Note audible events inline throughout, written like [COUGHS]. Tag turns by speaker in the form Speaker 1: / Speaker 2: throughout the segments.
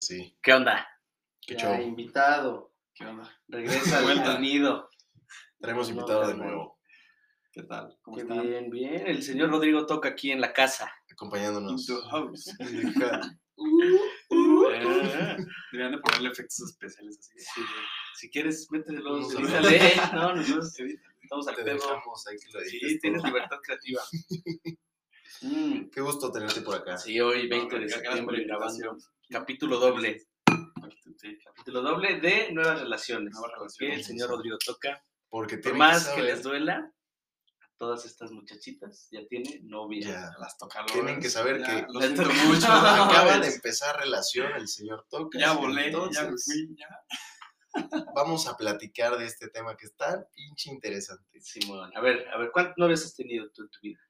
Speaker 1: sí.
Speaker 2: ¿Qué onda?
Speaker 1: Qué
Speaker 3: Ya,
Speaker 1: show.
Speaker 3: invitado.
Speaker 4: ¿Qué onda?
Speaker 2: Regresa al
Speaker 4: Vuelta.
Speaker 2: al nido.
Speaker 1: Traemos
Speaker 3: No,
Speaker 1: invitado de
Speaker 3: carnal.
Speaker 1: nuevo,
Speaker 4: ¿Qué tal? ¿Cómo
Speaker 3: Qué
Speaker 4: están?
Speaker 3: bien, bien. El señor
Speaker 2: Rodrigo toca aquí en la casa.
Speaker 1: acompañándonos. [LAUGHS]
Speaker 4: Into house.
Speaker 3: Uh,
Speaker 2: Ah.
Speaker 4: Eh, Deberían de ponerle efectos especiales así.
Speaker 2: Si quieres, mételo.
Speaker 1: Vamos a
Speaker 2: edítale. No, nosotros estamos al
Speaker 1: Te
Speaker 2: pedo.
Speaker 1: dejamos ahí que lo
Speaker 2: Sí,
Speaker 1: edites
Speaker 2: tienes
Speaker 1: tú.
Speaker 2: libertad creativa. Mm,
Speaker 1: Qué gusto tenerte por acá.
Speaker 2: Sí, hoy
Speaker 4: No,
Speaker 2: 20 de
Speaker 4: gracias por la
Speaker 2: septiembre
Speaker 4: invitación.
Speaker 2: grabando. Capítulo doble.
Speaker 4: Sí,
Speaker 2: Capítulo doble de Nuevas Relaciones.
Speaker 4: Nuevas
Speaker 2: Que el
Speaker 4: relaciones.
Speaker 2: señor Rodrigo toca.
Speaker 1: Porque
Speaker 2: Por
Speaker 1: tienen
Speaker 2: más que
Speaker 1: saber-
Speaker 2: les duela, a todas estas muchachitas ya tiene novia. [LAUGHS]
Speaker 1: Ya.
Speaker 4: Las tocaloras.
Speaker 1: Tienen que saber
Speaker 4: ya,
Speaker 1: que-
Speaker 4: Lo siento
Speaker 2: Las
Speaker 4: mucho. [LAUGHS]
Speaker 2: tocaloras.
Speaker 1: Acaba de
Speaker 2: [LAUGHS] ves.
Speaker 1: empezar relación el señor Toca.
Speaker 4: Ya volé, ya me
Speaker 1: Entonces,
Speaker 4: fui, ya.
Speaker 1: Vamos a platicar de este tema que es tan pinche interesante.
Speaker 2: Simón, a ver, a ver, ¿cuántas novias has tenido tú en tu vida?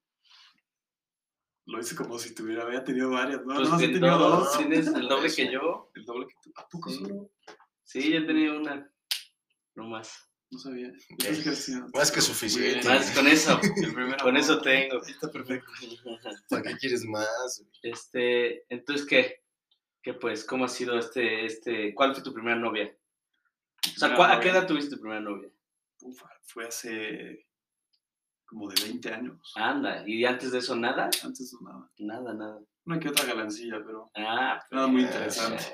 Speaker 4: Lo hice como si tuviera, había tenido varias. No,
Speaker 2: Pues,
Speaker 4: no, sí he
Speaker 2: de-
Speaker 4: tenido
Speaker 2: no,
Speaker 4: dos.
Speaker 2: Tienes el doble que
Speaker 4: [LAUGHS]
Speaker 1: Eso.
Speaker 2: yo.
Speaker 4: El doble que tú. ¿A poco
Speaker 2: Sí.
Speaker 4: solo?
Speaker 2: Sí, yo he tenido una. No más.
Speaker 4: No sabía. Yo pensé que sí, no.
Speaker 1: Más que
Speaker 4: Muy
Speaker 1: suficiente.
Speaker 4: bien.
Speaker 2: Más con eso.
Speaker 4: [LAUGHS] El primer
Speaker 2: Con
Speaker 4: amor. [LAUGHS]
Speaker 2: eso tengo.
Speaker 4: Ahí Está perfecto.
Speaker 1: ¿Para qué quieres más? güey?
Speaker 2: [LAUGHS] Este, entonces, ¿qué? ¿Qué pues? ¿Cómo ha sido este, este? ¿Cuál fue tu primera novia? O sea,
Speaker 4: Primera
Speaker 2: ¿cuá- ¿a
Speaker 4: novia.
Speaker 2: qué edad tuviste tu primera novia?
Speaker 4: Ufa, fue hace como de 20 años.
Speaker 2: Anda, ¿y antes de eso nada?
Speaker 4: Antes no nada.
Speaker 2: Nada, nada.
Speaker 4: Una que otra galancilla, pero
Speaker 2: Ah,
Speaker 4: nada muy
Speaker 1: Ah,
Speaker 4: interesante.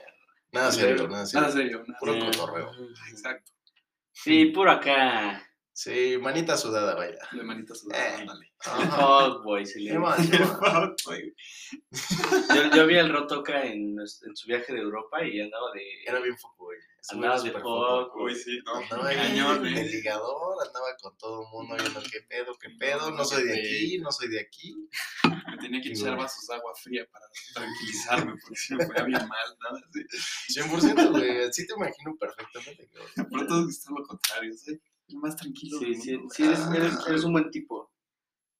Speaker 1: Nada serio,
Speaker 4: Luego,
Speaker 1: nada serio.
Speaker 4: Nada serio, nada
Speaker 1: Puro
Speaker 4: serio.
Speaker 2: eh,
Speaker 1: cotorreo.
Speaker 4: Exacto.
Speaker 2: Sí, puro acá.
Speaker 1: Sí, manita sudada, vaya.
Speaker 4: De manitas
Speaker 1: Eh.
Speaker 4: sudadas, ándale. [LAUGHS]
Speaker 1: Ajá.
Speaker 2: Fuck boy, se le-
Speaker 1: ¿Qué más? ¿Qué más?
Speaker 4: Oye,
Speaker 2: Yo, yo vi al Rotoca en, nues- en su viaje de Europa y andaba de.
Speaker 1: Era bien fuckboy. Ese güey
Speaker 2: Andaba
Speaker 1: era
Speaker 2: de
Speaker 1: súper
Speaker 2: fuck.
Speaker 4: Uy, sí, no.
Speaker 1: Andaba ahí
Speaker 4: Cañón,
Speaker 1: de
Speaker 4: eh.
Speaker 1: ligador, andaba con todo el mundo viendo qué pedo, qué pedo, no soy de aquí, no soy de aquí.
Speaker 4: Me tenía que
Speaker 1: Sí,
Speaker 4: echar
Speaker 1: güey.
Speaker 4: vasos de agua fría para tranquilizarme, porque si me veía bien mal, ¿no? Sí.
Speaker 1: 100%,
Speaker 4: [LAUGHS]
Speaker 1: güey, así te imagino perfectamente. cabrón.
Speaker 4: De pronto es lo contrario, ¿sí? Lo más tranquilo.
Speaker 2: Sí,
Speaker 4: del
Speaker 2: sí,
Speaker 4: mundo,
Speaker 2: sí,
Speaker 4: güey.
Speaker 2: eres, eres- eres un buen tipo.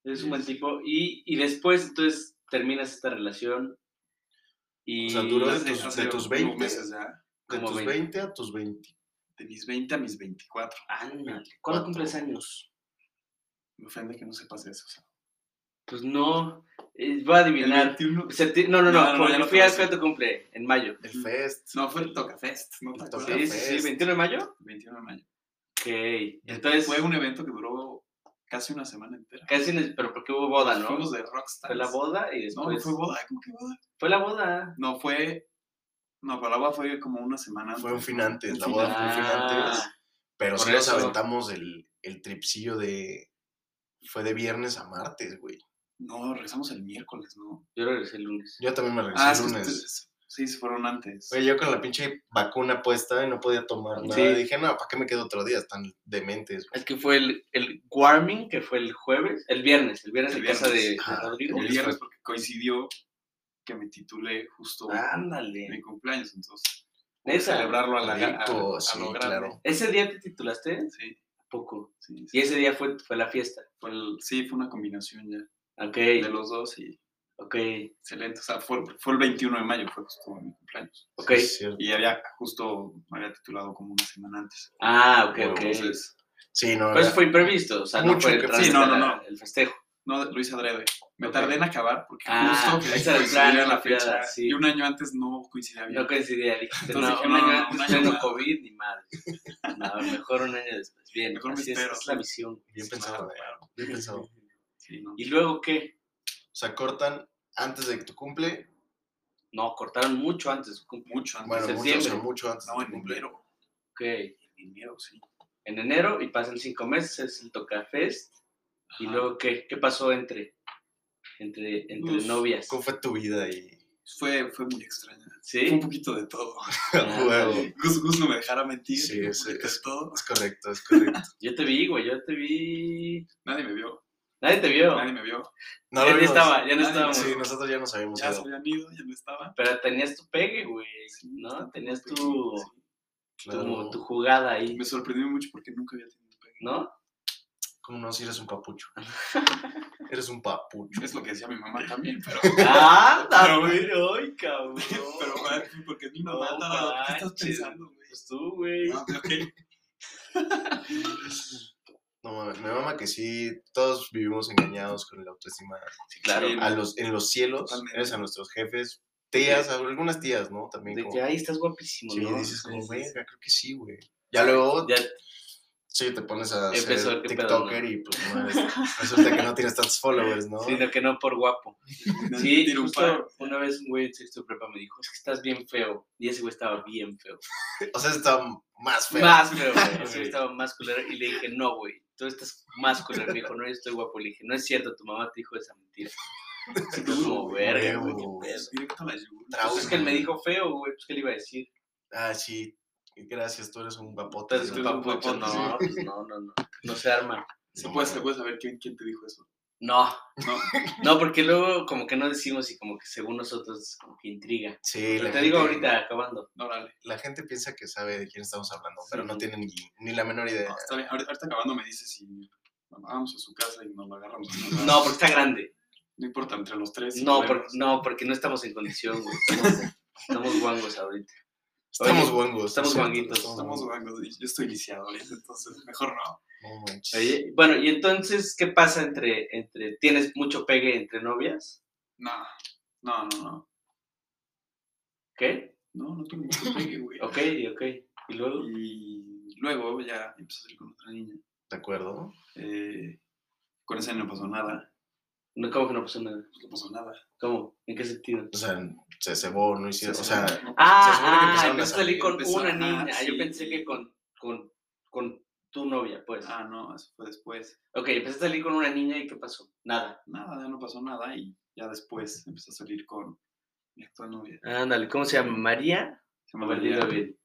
Speaker 2: Eres un buen tipo. Y, y después, entonces, terminas esta relación. Y
Speaker 1: O sea, duró
Speaker 4: Hace-
Speaker 1: de tus-
Speaker 4: hace
Speaker 1: de tus
Speaker 4: como
Speaker 1: 20.
Speaker 4: meses ya.
Speaker 1: De
Speaker 2: como
Speaker 1: tus
Speaker 2: 20.
Speaker 1: 20 a tus 20.
Speaker 4: De mis 20 a mis 24.
Speaker 2: Ándale,
Speaker 1: Cuatro.
Speaker 2: ¿Cuándo cumples años?
Speaker 4: Me ofende que no sepas eso. O sea,
Speaker 2: Pues no. eh, voy a
Speaker 4: el
Speaker 2: adivinar.
Speaker 4: 21.
Speaker 2: Septi- No, no,
Speaker 4: No,
Speaker 2: no.
Speaker 4: no, no,
Speaker 2: porque
Speaker 4: ya no te
Speaker 2: fui
Speaker 4: voy a
Speaker 2: a
Speaker 4: decir.
Speaker 2: tu cumple, en mayo.
Speaker 1: El fest.
Speaker 4: No, fue el Tocafest, ¿no te
Speaker 1: El
Speaker 4: acuerdas?
Speaker 1: Tocafest.
Speaker 2: Sí, sí, sí, 21 de mayo.
Speaker 4: 21 de mayo.
Speaker 2: Ok. Entonces,
Speaker 4: Fue un evento que duró casi una semana entera.
Speaker 2: casi, en el- pero porque hubo boda, ¿no?
Speaker 4: Fuimos de Rockstar.
Speaker 2: Fue la boda y
Speaker 4: No, no
Speaker 2: después.
Speaker 4: fue boda. ¿Cómo que boda?
Speaker 2: Fue la boda.
Speaker 4: No, fue. No, pero la boda fue como una semana
Speaker 1: Fue un fin antes,
Speaker 4: Un
Speaker 1: la
Speaker 4: fin
Speaker 1: boda
Speaker 4: antes.
Speaker 1: fue un fin antes.
Speaker 2: Ah,
Speaker 1: Pero
Speaker 2: por
Speaker 1: sí nos
Speaker 2: eso.
Speaker 1: aventamos el, el tripsillo de. Fue de viernes a martes, güey.
Speaker 4: No, regresamos el miércoles, ¿no?
Speaker 2: yo regresé el lunes.
Speaker 1: Yo también me regresé
Speaker 4: Ah,
Speaker 1: el
Speaker 4: es que
Speaker 1: lunes.
Speaker 4: ustedes- Sí, se fueron antes.
Speaker 1: Güey, yo con la pinche vacuna puesta y no podía tomar nada.
Speaker 2: Sí.
Speaker 1: Dije, no, ¿para qué me quedo otro día? Están dementes. güey".
Speaker 2: Es que fue el, el warming, que fue el jueves, el viernes, el viernes
Speaker 4: El
Speaker 2: en casa de, de
Speaker 4: viernes, Ah,
Speaker 1: ajá,
Speaker 2: Rodrigo.
Speaker 4: el viernes porque coincidió que me titulé justo mi
Speaker 2: Ándale.
Speaker 4: cumpleaños, entonces.
Speaker 2: Ah. Neta.
Speaker 4: Celebrarlo a, la, a,
Speaker 1: Rico,
Speaker 4: a
Speaker 1: sí,
Speaker 4: lo grande.
Speaker 1: claro.
Speaker 2: ¿Ese día te titulaste?
Speaker 4: Sí,
Speaker 2: Poco.
Speaker 4: sí, sí.
Speaker 2: Y ese día fue, fue la fiesta.
Speaker 4: Fue el- sí, fue una combinación ya
Speaker 2: Ok,
Speaker 4: de los dos y
Speaker 2: ok,
Speaker 4: excelente. O sea, fue, fue el 21 de mayo, fue justo mi cumpleaños.
Speaker 2: ok.
Speaker 1: Sí, es cierto.
Speaker 4: Y había justo, me había titulado como una semana antes.
Speaker 2: Ah, ok, ok.
Speaker 4: Entonces,
Speaker 1: Sí, no,
Speaker 2: Pues
Speaker 1: era-
Speaker 2: fue imprevisto, o sea, no
Speaker 1: Mucho
Speaker 2: fue el,
Speaker 1: que-
Speaker 2: tránsito
Speaker 4: sí, no,
Speaker 2: de
Speaker 4: no,
Speaker 2: la- el festejo.
Speaker 4: No, lo hice adrede. Me
Speaker 2: Ok.
Speaker 4: tardé en acabar porque
Speaker 2: Ah,
Speaker 4: justo
Speaker 2: ese era el
Speaker 4: coincidía
Speaker 2: plan,
Speaker 4: la fecha.
Speaker 2: fiada, sí.
Speaker 4: Y un año antes no coincidía bien.
Speaker 2: No coincidía, dijiste, no,
Speaker 4: Entonces dije,
Speaker 2: un
Speaker 4: no,
Speaker 2: año
Speaker 4: no,
Speaker 2: antes
Speaker 4: un año
Speaker 2: pleno
Speaker 4: más.
Speaker 2: COVID, ni madre. No, mejor un año después. Bien,
Speaker 4: Mejor me
Speaker 2: así es,
Speaker 4: espero.
Speaker 2: es la visión.
Speaker 1: bien
Speaker 4: Sí,
Speaker 1: pensado,
Speaker 4: claro,
Speaker 1: güey,
Speaker 4: claro.
Speaker 1: bien pensado. O
Speaker 4: Sí, no.
Speaker 2: ¿Y luego qué?
Speaker 1: sea, cortan antes de tu cumple.
Speaker 2: No, cortaron mucho antes. cum-
Speaker 4: Mucho antes.
Speaker 1: Bueno, mucho, o sea,
Speaker 2: septiembre.
Speaker 1: mucho antes
Speaker 4: no,
Speaker 1: de tu
Speaker 4: en
Speaker 1: cumple.
Speaker 4: enero.
Speaker 2: Ok,
Speaker 4: En enero, sí.
Speaker 2: en enero y pasan cinco meses, es el Tocafest. ¿Y
Speaker 4: Ajá.
Speaker 2: luego qué? ¿Qué pasó entre, entre, entre
Speaker 4: Pues,
Speaker 2: novias?
Speaker 1: ¿Cómo fue tu vida y
Speaker 4: Fue, fue muy extraña. Fue
Speaker 2: ¿Sí?
Speaker 4: un poquito de todo. [LAUGHS]
Speaker 1: a huevo?
Speaker 4: Gus, Gus no me dejara mentir.
Speaker 1: Sí,
Speaker 4: un
Speaker 1: sí,
Speaker 4: poquito
Speaker 1: es-
Speaker 4: de todo.
Speaker 1: Es correcto, es correcto.
Speaker 2: Yo te vi, güey, yo te vi.
Speaker 4: Nadie me vio.
Speaker 2: Nadie te vio.
Speaker 4: Nadie me vio.
Speaker 1: No
Speaker 2: ya
Speaker 1: lo
Speaker 2: no
Speaker 1: vimos.
Speaker 2: estaba, ya no
Speaker 4: Nadie,
Speaker 2: estaba.
Speaker 1: Sí, nosotros ya nos habíamos
Speaker 4: Ya se
Speaker 1: ido.
Speaker 4: habían ido, ya no estaba.
Speaker 2: Pero tenías tu pegue, güey,
Speaker 4: Sí,
Speaker 2: ¿no?
Speaker 4: estaba
Speaker 2: Tenías tu,
Speaker 4: pequeño,
Speaker 2: tu,
Speaker 1: Claro.
Speaker 2: tu jugada
Speaker 4: sí.
Speaker 2: ahí,
Speaker 4: Me sorprendió mucho porque nunca había tenido pegue.
Speaker 1: [LAUGHS]
Speaker 2: ¿no?
Speaker 1: ¿Cómo no? Si eres un papucho. [LAUGHS] eres un papucho.
Speaker 4: Es lo que decía mi mamá también, pero.
Speaker 2: ¡Anda,
Speaker 4: Pero, güey,
Speaker 2: hoy, cabrón!
Speaker 4: pero, porque mi mamá
Speaker 2: No
Speaker 4: estaba. ¿Qué estás
Speaker 2: manches.
Speaker 4: pensando, güey?
Speaker 2: Pues tú, güey.
Speaker 4: Ah, ok.
Speaker 1: No mames, me mama que sí, todos vivimos engañados con la autoestima
Speaker 2: Sí, claro.
Speaker 4: Sí,
Speaker 1: a los, en los cielos,
Speaker 4: Totalmente.
Speaker 1: eres a nuestros jefes, Tías, algunas tías, ¿no? También
Speaker 2: De
Speaker 1: como-
Speaker 2: que ahí estás guapísimo,
Speaker 1: Sí,
Speaker 2: ¿no?
Speaker 1: dices como,
Speaker 2: Entonces,
Speaker 1: venga, creo que sí, güey. Ya luego,
Speaker 2: Ya,
Speaker 1: sí, te pones a
Speaker 2: Empezó,
Speaker 1: ser
Speaker 2: ¿qué pedo,
Speaker 1: tiktoker
Speaker 2: no?
Speaker 1: y pues no eres- resulta que no tienes tantos followers, ¿no?
Speaker 2: sino que no por guapo.
Speaker 4: Nadie
Speaker 2: Sí,
Speaker 4: tira un paro.
Speaker 2: justo una vez un güey en sexto de prepa me dijo, es que estás bien feo. Y ese güey estaba bien feo.
Speaker 1: O sea, está más feo.
Speaker 2: Más feo, güey. Ese güey estaba más culero. Y le dije, no, güey, tú estás más culero. Me dijo, no, yo estoy guapo. Le dije, no es cierto, tu mamá te dijo esa mentira. Así que como, verga, güey, qué pedo.
Speaker 1: Huevos.
Speaker 4: Pues, Directo a la yugular.
Speaker 1: Trauma.
Speaker 2: Pues es que él me dijo feo, güey, pues qué le iba a decir.
Speaker 1: Ah, sí. Gracias, tú eres un guapote.
Speaker 2: Entonces,
Speaker 1: ¿no?
Speaker 2: pues,
Speaker 4: un
Speaker 2: papucho,
Speaker 4: guapote,
Speaker 2: no, pues no, no, no. No se arma.
Speaker 4: Sí puedes, puedes saber quién, quién te dijo eso.
Speaker 2: No,
Speaker 4: No,
Speaker 2: no, porque luego como que no decimos y como que según nosotros como que intriga.
Speaker 1: Sí,
Speaker 2: Pero
Speaker 1: la
Speaker 2: te digo
Speaker 1: gente-
Speaker 2: ahorita, acabando.
Speaker 4: no, dale.
Speaker 1: La gente piensa que sabe de quién estamos hablando, pero
Speaker 2: Sí.
Speaker 1: no tienen ni, ni la menor idea.
Speaker 2: Eh,
Speaker 4: No, está bien. Ahorita, ahorita acabando me dices si vamos a su casa y nos lo agarramos.
Speaker 2: [LAUGHS] No, porque está grande.
Speaker 4: No importa, entre los tres.
Speaker 2: No,
Speaker 4: vemos.
Speaker 2: por- no porque no estamos en condición, güey. Estamos, estamos guangos ahorita.
Speaker 1: Estamos
Speaker 2: Oye,
Speaker 1: guangos.
Speaker 2: estamos
Speaker 1: es cierto,
Speaker 2: guanguitos.
Speaker 4: Estamos
Speaker 1: guangos.
Speaker 4: guangos. y Yo estoy lisiado ahorita, entonces mejor no.
Speaker 1: No manches.
Speaker 2: Oye, bueno, y entonces, ¿qué pasa entre, entre, tienes mucho pegue entre novias?
Speaker 4: No, no, no, no.
Speaker 2: ¿Qué?
Speaker 4: No, no tuve mucho pegue, güey.
Speaker 2: Ok, ok. Y luego,
Speaker 4: Y luego ya empecé a salir con otra niña.
Speaker 1: ¿De acuerdo?
Speaker 4: Eh, con esa no pasó nada.
Speaker 2: no, ¿cómo que no pasó nada?
Speaker 4: Pues no pasó nada.
Speaker 2: ¿Cómo? ¿En qué sentido?
Speaker 1: O sea, se cebó, no hicieron. o sea, [LAUGHS]
Speaker 4: no pasó
Speaker 2: Ah,
Speaker 1: Se supone que
Speaker 2: ah,
Speaker 1: empezaron a
Speaker 2: empezó a salir
Speaker 1: salir,
Speaker 2: con
Speaker 4: empezó-
Speaker 2: una
Speaker 4: ajá,
Speaker 2: niña. Ah, Yo
Speaker 4: sí.
Speaker 2: pensé que con, con, con tu novia, pues.
Speaker 4: Ah, no, eso fue después.
Speaker 2: Ok, empecé a salir con una niña y ¿qué pasó? Nada.
Speaker 4: Nada, ya no pasó nada y ya después empecé a salir con mi actual novia.
Speaker 2: Ándale, ¿cómo se llama? ¿María?
Speaker 4: Se
Speaker 2: A
Speaker 4: llama
Speaker 2: ver,
Speaker 4: María.
Speaker 2: dilo bien.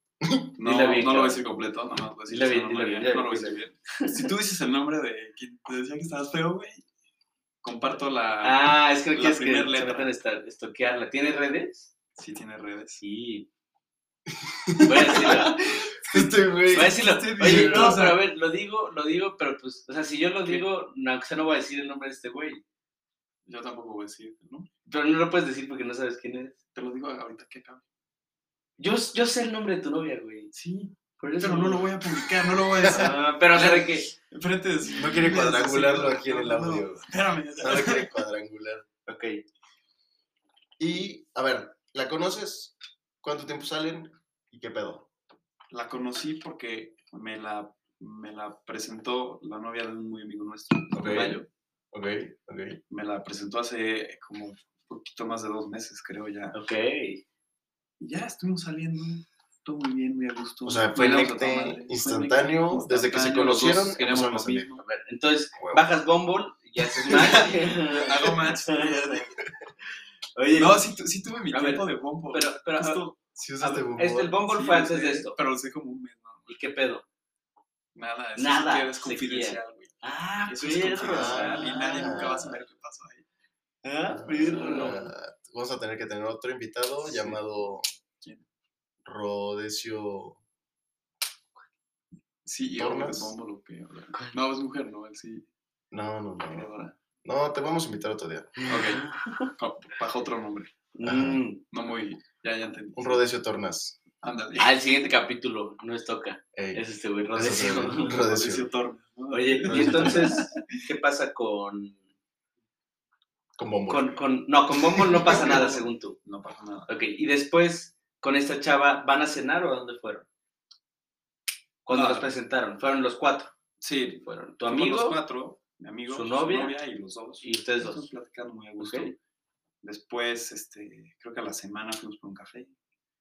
Speaker 4: No,
Speaker 2: Dilo bien,
Speaker 4: no lo
Speaker 2: cabrón.
Speaker 4: voy a decir completo, nada más voy a decir
Speaker 2: Dilo
Speaker 4: que se
Speaker 2: bien,
Speaker 4: llama
Speaker 2: dilo bien,
Speaker 4: María,
Speaker 2: dilo
Speaker 4: no lo voy a
Speaker 2: bien,
Speaker 4: decir bien. [LAUGHS] Si tú dices el nombre de quien te decía que estabas feo, güey, comparto la...
Speaker 2: Ah, es que no
Speaker 4: la
Speaker 2: quieres que
Speaker 4: primer
Speaker 2: se
Speaker 4: letra.
Speaker 2: metan a esta- estoquearla. ¿Tiene redes?
Speaker 4: Sí tiene redes.
Speaker 2: Sí. [LAUGHS] Voy a decirlo.
Speaker 1: este güey.
Speaker 2: Voy a decirlo.
Speaker 1: este
Speaker 2: Oye,
Speaker 1: video,
Speaker 2: no,
Speaker 1: o sea,
Speaker 2: pero a ver, lo digo, lo digo, pero pues, o sea, si yo lo digo, no, o sea, no voy a decir el nombre de este güey.
Speaker 4: Yo tampoco voy a decir, ¿no?
Speaker 2: Pero no lo puedes decir porque no sabes quién es.
Speaker 4: Te lo digo ahorita que acabe.
Speaker 2: Yo, yo sé el nombre de tu novia, güey.
Speaker 4: Sí,
Speaker 2: Por eso-
Speaker 4: pero no lo voy a publicar, no lo voy a
Speaker 1: [LAUGHS]
Speaker 4: decir.
Speaker 2: Ah, pero o sea, de
Speaker 4: [LAUGHS]
Speaker 2: que...
Speaker 4: Enfrente de su-
Speaker 1: No quiere cuadrangularlo aquí en el
Speaker 4: No, no,
Speaker 1: audio.
Speaker 4: Espérame.
Speaker 1: No lo quiere cuadrangular.
Speaker 2: Ok.
Speaker 1: Y, a ver, ¿la conoces? ¿Cuánto tiempo salen? ¿Y qué pedo?
Speaker 4: La conocí porque me la, me la presentó la novia de un muy amigo nuestro,
Speaker 1: Ok.
Speaker 4: Mayo.
Speaker 1: Ok, ok.
Speaker 4: Me la presentó hace como un poquito más de dos meses, creo ya.
Speaker 2: Ok.
Speaker 4: Y ya estuvimos saliendo, todo muy bien, muy a gusto.
Speaker 1: O sea, fue
Speaker 4: Bailamos a toda madre,
Speaker 1: conecte
Speaker 4: fue
Speaker 1: instantáneo.
Speaker 4: conecte
Speaker 1: Desde que se
Speaker 4: instantáneo, los dos
Speaker 1: conocieron,
Speaker 4: queríamos
Speaker 1: empezaron a
Speaker 4: lo
Speaker 1: salir.
Speaker 4: mismo.
Speaker 2: A ver, entonces,
Speaker 1: Huevo.
Speaker 2: bajas Bumble y haces
Speaker 4: [LAUGHS]
Speaker 2: match. [LAUGHS]
Speaker 4: Hago match.
Speaker 2: Oye,
Speaker 4: No, sí, tu- sí tuve mi
Speaker 2: A ver,
Speaker 4: tiempo de bombo.
Speaker 2: pero, pero, a-
Speaker 4: Justo-
Speaker 1: Si usaste
Speaker 2: a- este, el Bumble
Speaker 1: Bumble.
Speaker 4: sí,
Speaker 2: fue
Speaker 4: lo
Speaker 2: antes
Speaker 4: sé,
Speaker 2: de esto.
Speaker 4: Pero lo sé como un mes, ¿no?
Speaker 2: ¿Y qué pedo?
Speaker 4: Nada, eso
Speaker 2: Nada,
Speaker 4: sí que es
Speaker 2: se
Speaker 4: confidencial, güey.
Speaker 2: Ah,
Speaker 4: Eso es
Speaker 2: perro.
Speaker 4: confidencial y nadie nunca va a saber qué pasó ahí.
Speaker 2: Ah, perro.
Speaker 1: Ah, Vamos a tener que tener otro invitado
Speaker 4: Sí.
Speaker 1: llamado
Speaker 4: ¿Quién?
Speaker 1: Rodecio.
Speaker 4: Sí, y ahora
Speaker 1: Tornas.
Speaker 4: es bombo lo que ahora- No, es mujer, no, él sí.
Speaker 1: No, no, no.
Speaker 4: ahora.
Speaker 1: No, te vamos a invitar otro día.
Speaker 4: Ok, pa- bajo otro nombre.
Speaker 2: Mm.
Speaker 4: No muy. Ya, ya entendí.
Speaker 1: Un Rodecio Tornas.
Speaker 4: Ándale.
Speaker 2: Ah, el siguiente capítulo nos toca.
Speaker 1: Ey,
Speaker 2: Es este güey,
Speaker 1: ese es el
Speaker 4: [LAUGHS]
Speaker 2: Rodrigo.
Speaker 1: güey, Rodecio.
Speaker 4: Mauricio Torres, ¿no?
Speaker 2: Oye, y entonces, ¿qué pasa con,
Speaker 1: Con bombo.
Speaker 2: con, con- No, con Bumble no pasa nada, según tú.
Speaker 4: No pasa nada.
Speaker 2: Ok, y después, con esta chava, ¿van a cenar o a dónde fueron? Cuando
Speaker 4: Ah.
Speaker 2: los presentaron, fueron los cuatro.
Speaker 4: Sí,
Speaker 2: Fueron tu
Speaker 4: fuimos
Speaker 2: amigo
Speaker 4: Los cuatro, mi amigo,
Speaker 2: su novia
Speaker 4: y los dos.
Speaker 2: y ustedes
Speaker 4: Estuvimos
Speaker 2: dos.
Speaker 4: platicando muy a gusto.
Speaker 2: Ok.
Speaker 4: Después, este, creo que a la semana fuimos por un café.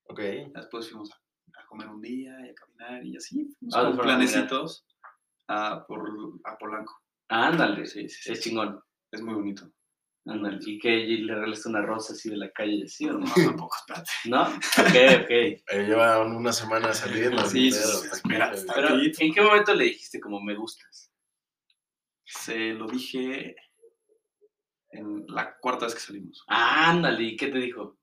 Speaker 1: Ok.
Speaker 4: Después fuimos a, a comer un día y a caminar y así. Fuimos
Speaker 2: Ah, fueron
Speaker 4: con
Speaker 2: a caminar.
Speaker 4: planecitos a, por, a Polanco.
Speaker 2: Ándale,
Speaker 4: Sí, sí, sí.
Speaker 2: es chingón.
Speaker 4: Es muy bonito.
Speaker 2: Ándale. Y que ella le regalaste una rosa así de la calle y así, ¿o
Speaker 4: [LAUGHS] No,
Speaker 2: no?
Speaker 4: tampoco, espérate.
Speaker 2: ¿No? Ok,
Speaker 4: [LAUGHS]
Speaker 2: ok.
Speaker 1: Eh, llevan una semana saliendo.
Speaker 4: Sí,
Speaker 1: sin
Speaker 4: sí,
Speaker 1: pedos,
Speaker 4: sí,
Speaker 1: tranquilo,
Speaker 4: espera, está-
Speaker 1: güey.
Speaker 2: Pero, ¿en qué momento le dijiste como me gustas?
Speaker 4: Se lo dije en la cuarta vez que salimos.
Speaker 2: Ándale, ¿y qué te dijo?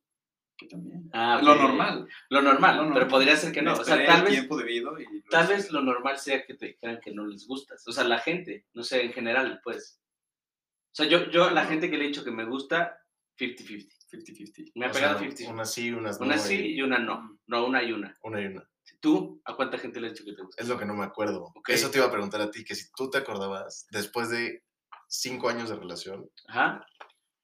Speaker 4: Que también.
Speaker 2: Ah,
Speaker 4: Lo
Speaker 2: ok.
Speaker 4: normal.
Speaker 2: Lo normal,
Speaker 4: Lo normal.
Speaker 2: pero podría ser que no. O sea,
Speaker 4: Esperé
Speaker 2: tal
Speaker 4: el
Speaker 2: vez,
Speaker 4: tiempo debido y lo
Speaker 2: tal
Speaker 4: hice.
Speaker 2: vez lo normal sea que te dijeran que no les gustas. O sea, la gente, no sé, en general, pues. O sea, yo, yo a la gente que le he dicho que me gusta, 50-50.
Speaker 4: 50-50.
Speaker 2: Me ha
Speaker 1: O
Speaker 2: pegado
Speaker 1: sea,
Speaker 2: 50-50.
Speaker 1: Una sí, unas no.
Speaker 2: Una
Speaker 1: y
Speaker 2: sí y una no. No, una y una.
Speaker 1: Una y una.
Speaker 2: ¿Tú a cuánta gente le has dicho que te gusta?
Speaker 1: Es lo que no me acuerdo.
Speaker 2: Ok.
Speaker 1: Eso te iba a preguntar a ti, que si tú te acordabas, después de cinco años de relación,
Speaker 2: Ajá.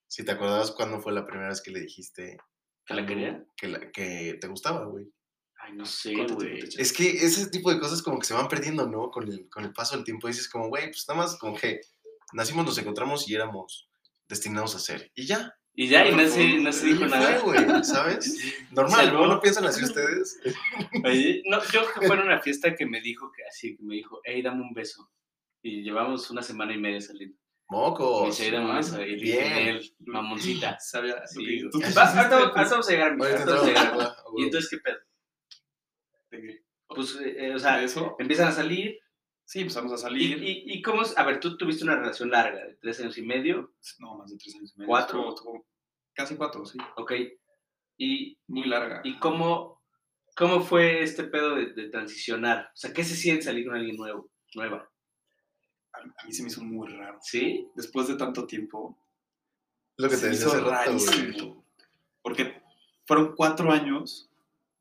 Speaker 1: si te acordabas cuándo fue la primera vez que le dijiste
Speaker 2: ¿Que la quería?
Speaker 1: Que, la- que te gustaba, güey.
Speaker 2: Ay, no sé,
Speaker 4: ¿Cuánto tiempo
Speaker 2: güey.
Speaker 4: te echaste?
Speaker 1: Es que ese tipo de cosas como que se van perdiendo, ¿no? Con el, con el paso del tiempo dices como, güey, pues nada más como que nacimos, nos encontramos y éramos destinados a ser. Y ya.
Speaker 2: Y ya, y no se,
Speaker 4: Fue-
Speaker 2: no se
Speaker 1: Y
Speaker 2: dijo
Speaker 1: fue,
Speaker 2: nada. [LAUGHS]
Speaker 1: güey, ¿sabes? Normal,
Speaker 2: Salvó.
Speaker 1: ¿no? ¿No piensan así ustedes?
Speaker 2: Oye, no, yo creo que fue en una fiesta que me dijo que así, que me dijo, hey, dame un beso. Y llevamos una semana y media saliendo. me
Speaker 1: Mocos.
Speaker 2: dice, "Ey, dame un beso. Y dije,
Speaker 1: Oh, bien.
Speaker 2: "Nel, mamoncita.
Speaker 4: Sabía.
Speaker 2: Sí,
Speaker 4: lo que
Speaker 2: digo.
Speaker 4: [LAUGHS] tú te
Speaker 2: Va, Ahorita ahorita
Speaker 4: hiciste,
Speaker 2: vamos a llegar, mija,
Speaker 1: Ahorita
Speaker 2: ahorita vamos a
Speaker 1: entramos,
Speaker 2: llegar.
Speaker 1: güey, güey.
Speaker 2: Y entonces, ¿qué pedo?
Speaker 4: ¿De qué?
Speaker 2: Pues, eh, eh, o
Speaker 4: ¿De
Speaker 2: sea,
Speaker 4: eso?
Speaker 2: empiezan a salir.
Speaker 4: Sí, empezamos a
Speaker 2: Y,
Speaker 4: salir.
Speaker 2: y, y cómo, es- a ver, tú tuviste una relación larga, de tres años y medio,
Speaker 4: Pues, No, más de tres años. y medio.
Speaker 2: ¿Cuatro?
Speaker 4: Estuvo- estuvo casi cuatro, sí.
Speaker 2: ¿ok? Y,
Speaker 4: Muy larga.
Speaker 2: y cómo, cómo fue este pedo de, de transicionar. O sea, ¿qué se siente salir con alguien nuevo, nueva?
Speaker 4: A, a mí se me hizo muy raro.
Speaker 2: ¿Sí?
Speaker 4: Después de tanto tiempo,
Speaker 1: Lo que
Speaker 4: se
Speaker 1: te
Speaker 4: me
Speaker 1: decía
Speaker 4: hizo
Speaker 1: hace rato, güey.
Speaker 4: rarísimo. Porque fueron cuatro años,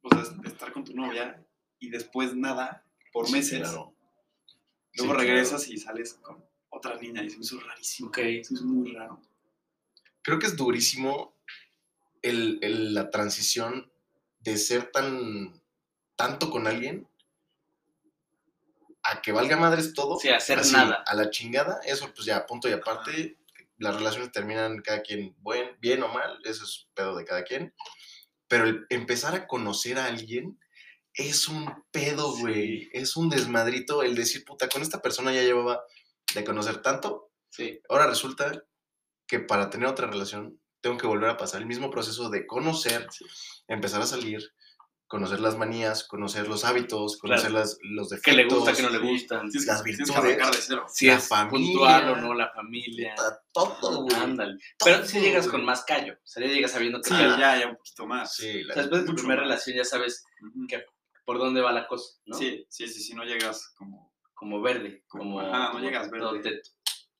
Speaker 4: o sea, de estar con tu novia y después nada, por
Speaker 1: Sí,
Speaker 4: meses.
Speaker 1: claro. Sí,
Speaker 4: Luego
Speaker 1: claro.
Speaker 4: regresas y sales con otra niña y se me hizo rarísimo.
Speaker 2: Ok.
Speaker 4: Se me hizo muy raro.
Speaker 1: Creo que es durísimo el, el- la transición de ser tan tanto con alguien a que valga madres todo.
Speaker 2: O sea, hacer
Speaker 1: así,
Speaker 2: nada.
Speaker 1: A la chingada, eso pues ya, punto y aparte. Las relaciones terminan cada quien buen, bien o mal, eso es pedo de cada quien. Pero el empezar a conocer a alguien es un pedo,
Speaker 4: Sí.
Speaker 1: güey. Es un desmadrito el decir, puta, con esta persona ya llevaba de conocer tanto.
Speaker 2: Sí.
Speaker 1: Ahora resulta que para tener otra relación tengo que volver a pasar el mismo proceso de conocer,
Speaker 4: Sí.
Speaker 1: empezar a salir, conocer las manías, conocer los hábitos,
Speaker 2: Claro.
Speaker 1: conocer las, los defectos.
Speaker 2: ¿Qué le gusta, qué no le
Speaker 4: sí.
Speaker 2: gusta?
Speaker 4: Tienes que-
Speaker 1: Las
Speaker 4: tienes que
Speaker 1: virtudes.
Speaker 4: arrancar de cero.
Speaker 2: Si
Speaker 1: la
Speaker 2: es
Speaker 1: familia.
Speaker 2: puntual o no, la familia.
Speaker 1: Puta, todo, güey.
Speaker 2: Ándale. Pero
Speaker 1: todo,
Speaker 2: si llegas
Speaker 1: güey.
Speaker 2: con más callo. O sea, ya llegas sabiendo que
Speaker 4: Sí, ya, ya un poquito más.
Speaker 1: Sí, la-
Speaker 2: después de tu
Speaker 4: mucho
Speaker 2: primera
Speaker 4: más.
Speaker 2: relación ya sabes
Speaker 4: Ujú.
Speaker 2: Que- por dónde va la cosa, ¿no?
Speaker 4: Sí, sí, sí, sí, no llegas como
Speaker 2: Como verde. Como,
Speaker 4: Como- ajá, no
Speaker 2: como
Speaker 4: llegas verde.
Speaker 2: todo teto.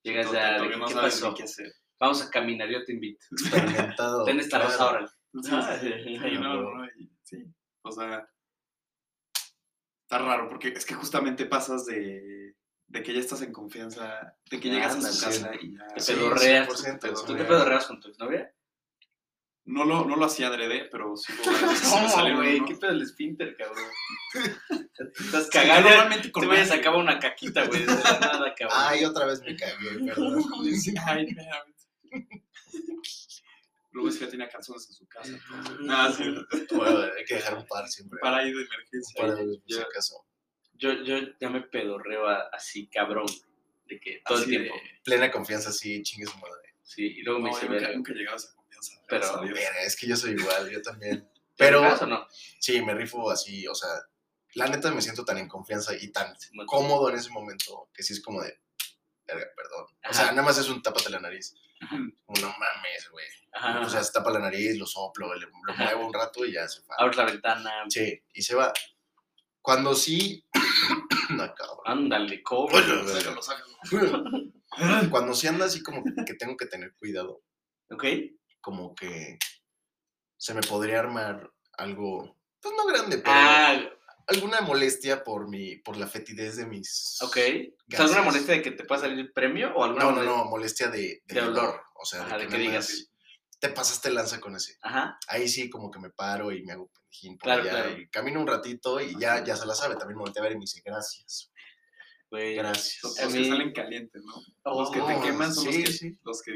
Speaker 2: Llegas
Speaker 4: todo
Speaker 2: ya,
Speaker 4: tonto
Speaker 2: de
Speaker 4: que
Speaker 2: que,
Speaker 4: no
Speaker 2: ¿qué
Speaker 4: sabes ni
Speaker 2: pasó? [LAUGHS]
Speaker 4: qué hacer.
Speaker 2: Vamos a caminar, yo te invito. [LAUGHS]
Speaker 1: experimentado.
Speaker 2: Ten esta rosa,
Speaker 1: claro.
Speaker 2: órale.
Speaker 4: [LAUGHS] Sí,
Speaker 2: Ah,
Speaker 4: sí,
Speaker 2: sí,
Speaker 4: sí, sí, no,
Speaker 1: huevo.
Speaker 4: no, y- sí, o sea, está raro, porque es que justamente pasas de, de que ya estás en confianza, de que llegas a
Speaker 2: Ándale,
Speaker 4: su
Speaker 1: sí.
Speaker 4: casa y ya...
Speaker 2: Te
Speaker 1: Sí,
Speaker 2: pedorreas. tú
Speaker 1: 100%,
Speaker 2: te- ¿Tú te
Speaker 1: güey.
Speaker 2: pedorreas con tu
Speaker 4: [LAUGHS]
Speaker 2: exnovia?
Speaker 4: No lo, no lo hacía adrede, pero sí
Speaker 2: [LAUGHS]
Speaker 4: hubo varias veces que me
Speaker 2: ¿Cómo,
Speaker 4: salió
Speaker 2: güey?
Speaker 4: uno.
Speaker 2: ¿Qué pedo el esfínter,
Speaker 4: [LAUGHS]
Speaker 2: cabrón? Estás
Speaker 4: Sí,
Speaker 2: cagado.
Speaker 4: normalmente
Speaker 2: Te
Speaker 4: con
Speaker 2: voy a
Speaker 4: nadie. [LAUGHS]
Speaker 2: sacar una caquita, güey. De la nada, cabrón.
Speaker 1: Ay, otra vez me cagué, perdón.
Speaker 4: Ay, espérame. [LAUGHS] Luego es que ya tenía calzones en su casa. entonces,
Speaker 2: Mm.
Speaker 4: Nada, sí,
Speaker 1: Bueno, hay que dejar un par siempre.
Speaker 4: para ir de
Speaker 1: Un
Speaker 4: emergencia.
Speaker 1: par de veces, por si
Speaker 2: yo-
Speaker 1: acaso.
Speaker 2: Yo, yo ya me pedorreo a- así, cabrón. De que todo
Speaker 4: Así de-
Speaker 2: el tiempo.
Speaker 1: Plena confianza, sí, chingue su madre.
Speaker 2: Sí, y luego
Speaker 4: No,
Speaker 2: me
Speaker 4: yo
Speaker 2: dice,
Speaker 4: nunca,
Speaker 2: "Verga,
Speaker 4: nunca he llegado a esa confianza.
Speaker 2: Pero-
Speaker 4: gracias a Dios.
Speaker 1: Verga, es que yo soy igual, yo también.
Speaker 2: [LAUGHS] ¿te
Speaker 1: Pero
Speaker 2: rifas o no?
Speaker 1: sí, me rifo así, o sea, la neta me siento tan en confianza y tan
Speaker 2: Simón.
Speaker 1: cómodo en ese momento que sí es como de, verga, perdón. O sea,
Speaker 2: Ajá.
Speaker 1: nada más es un tápate la nariz.
Speaker 2: Ajá.
Speaker 1: Como, No mames, güey.
Speaker 2: Ajá,
Speaker 1: O sea, se tapa la nariz, lo soplo, le- lo
Speaker 2: Ajá.
Speaker 1: muevo un rato y ya se va.
Speaker 2: abres la ventana.
Speaker 1: Sí, y se va. Cuando sí. [COUGHS] no, cabrón.
Speaker 2: Ándale, cobra.
Speaker 1: Bueno,
Speaker 4: Sácalo, sácalo.
Speaker 1: Cuando sí anda así como que tengo que tener cuidado.
Speaker 2: ¿Ok?
Speaker 1: Como que se me podría armar algo. Pues no grande, pero
Speaker 2: Ah,
Speaker 1: alguna molestia por mi. por la fetidez de mis.
Speaker 2: ok. O sea, ¿Alguna molestia de que te pueda salir el premio o alguna
Speaker 1: No, no,
Speaker 2: molestia?
Speaker 1: no, molestia de,
Speaker 2: De
Speaker 1: dolor.
Speaker 2: olor.
Speaker 1: O sea,
Speaker 2: Ajá, de
Speaker 1: de que,
Speaker 2: que
Speaker 1: nada
Speaker 2: digas.
Speaker 1: más Te pasaste lanza con ese.
Speaker 2: Ajá.
Speaker 1: ahí sí como que me paro y me hago pendejín por
Speaker 2: Claro,
Speaker 1: allá
Speaker 2: claro.
Speaker 1: y camino un ratito y ya, ya se la sabe. También me volteé a ver y me dice, gracias,
Speaker 2: Güey.
Speaker 1: gracias.
Speaker 4: Los
Speaker 2: A
Speaker 4: que
Speaker 2: mí-
Speaker 4: salen calientes, ¿no? Los que
Speaker 1: Oh,
Speaker 4: te queman son
Speaker 1: sí,
Speaker 4: los que,
Speaker 1: sí.
Speaker 4: los que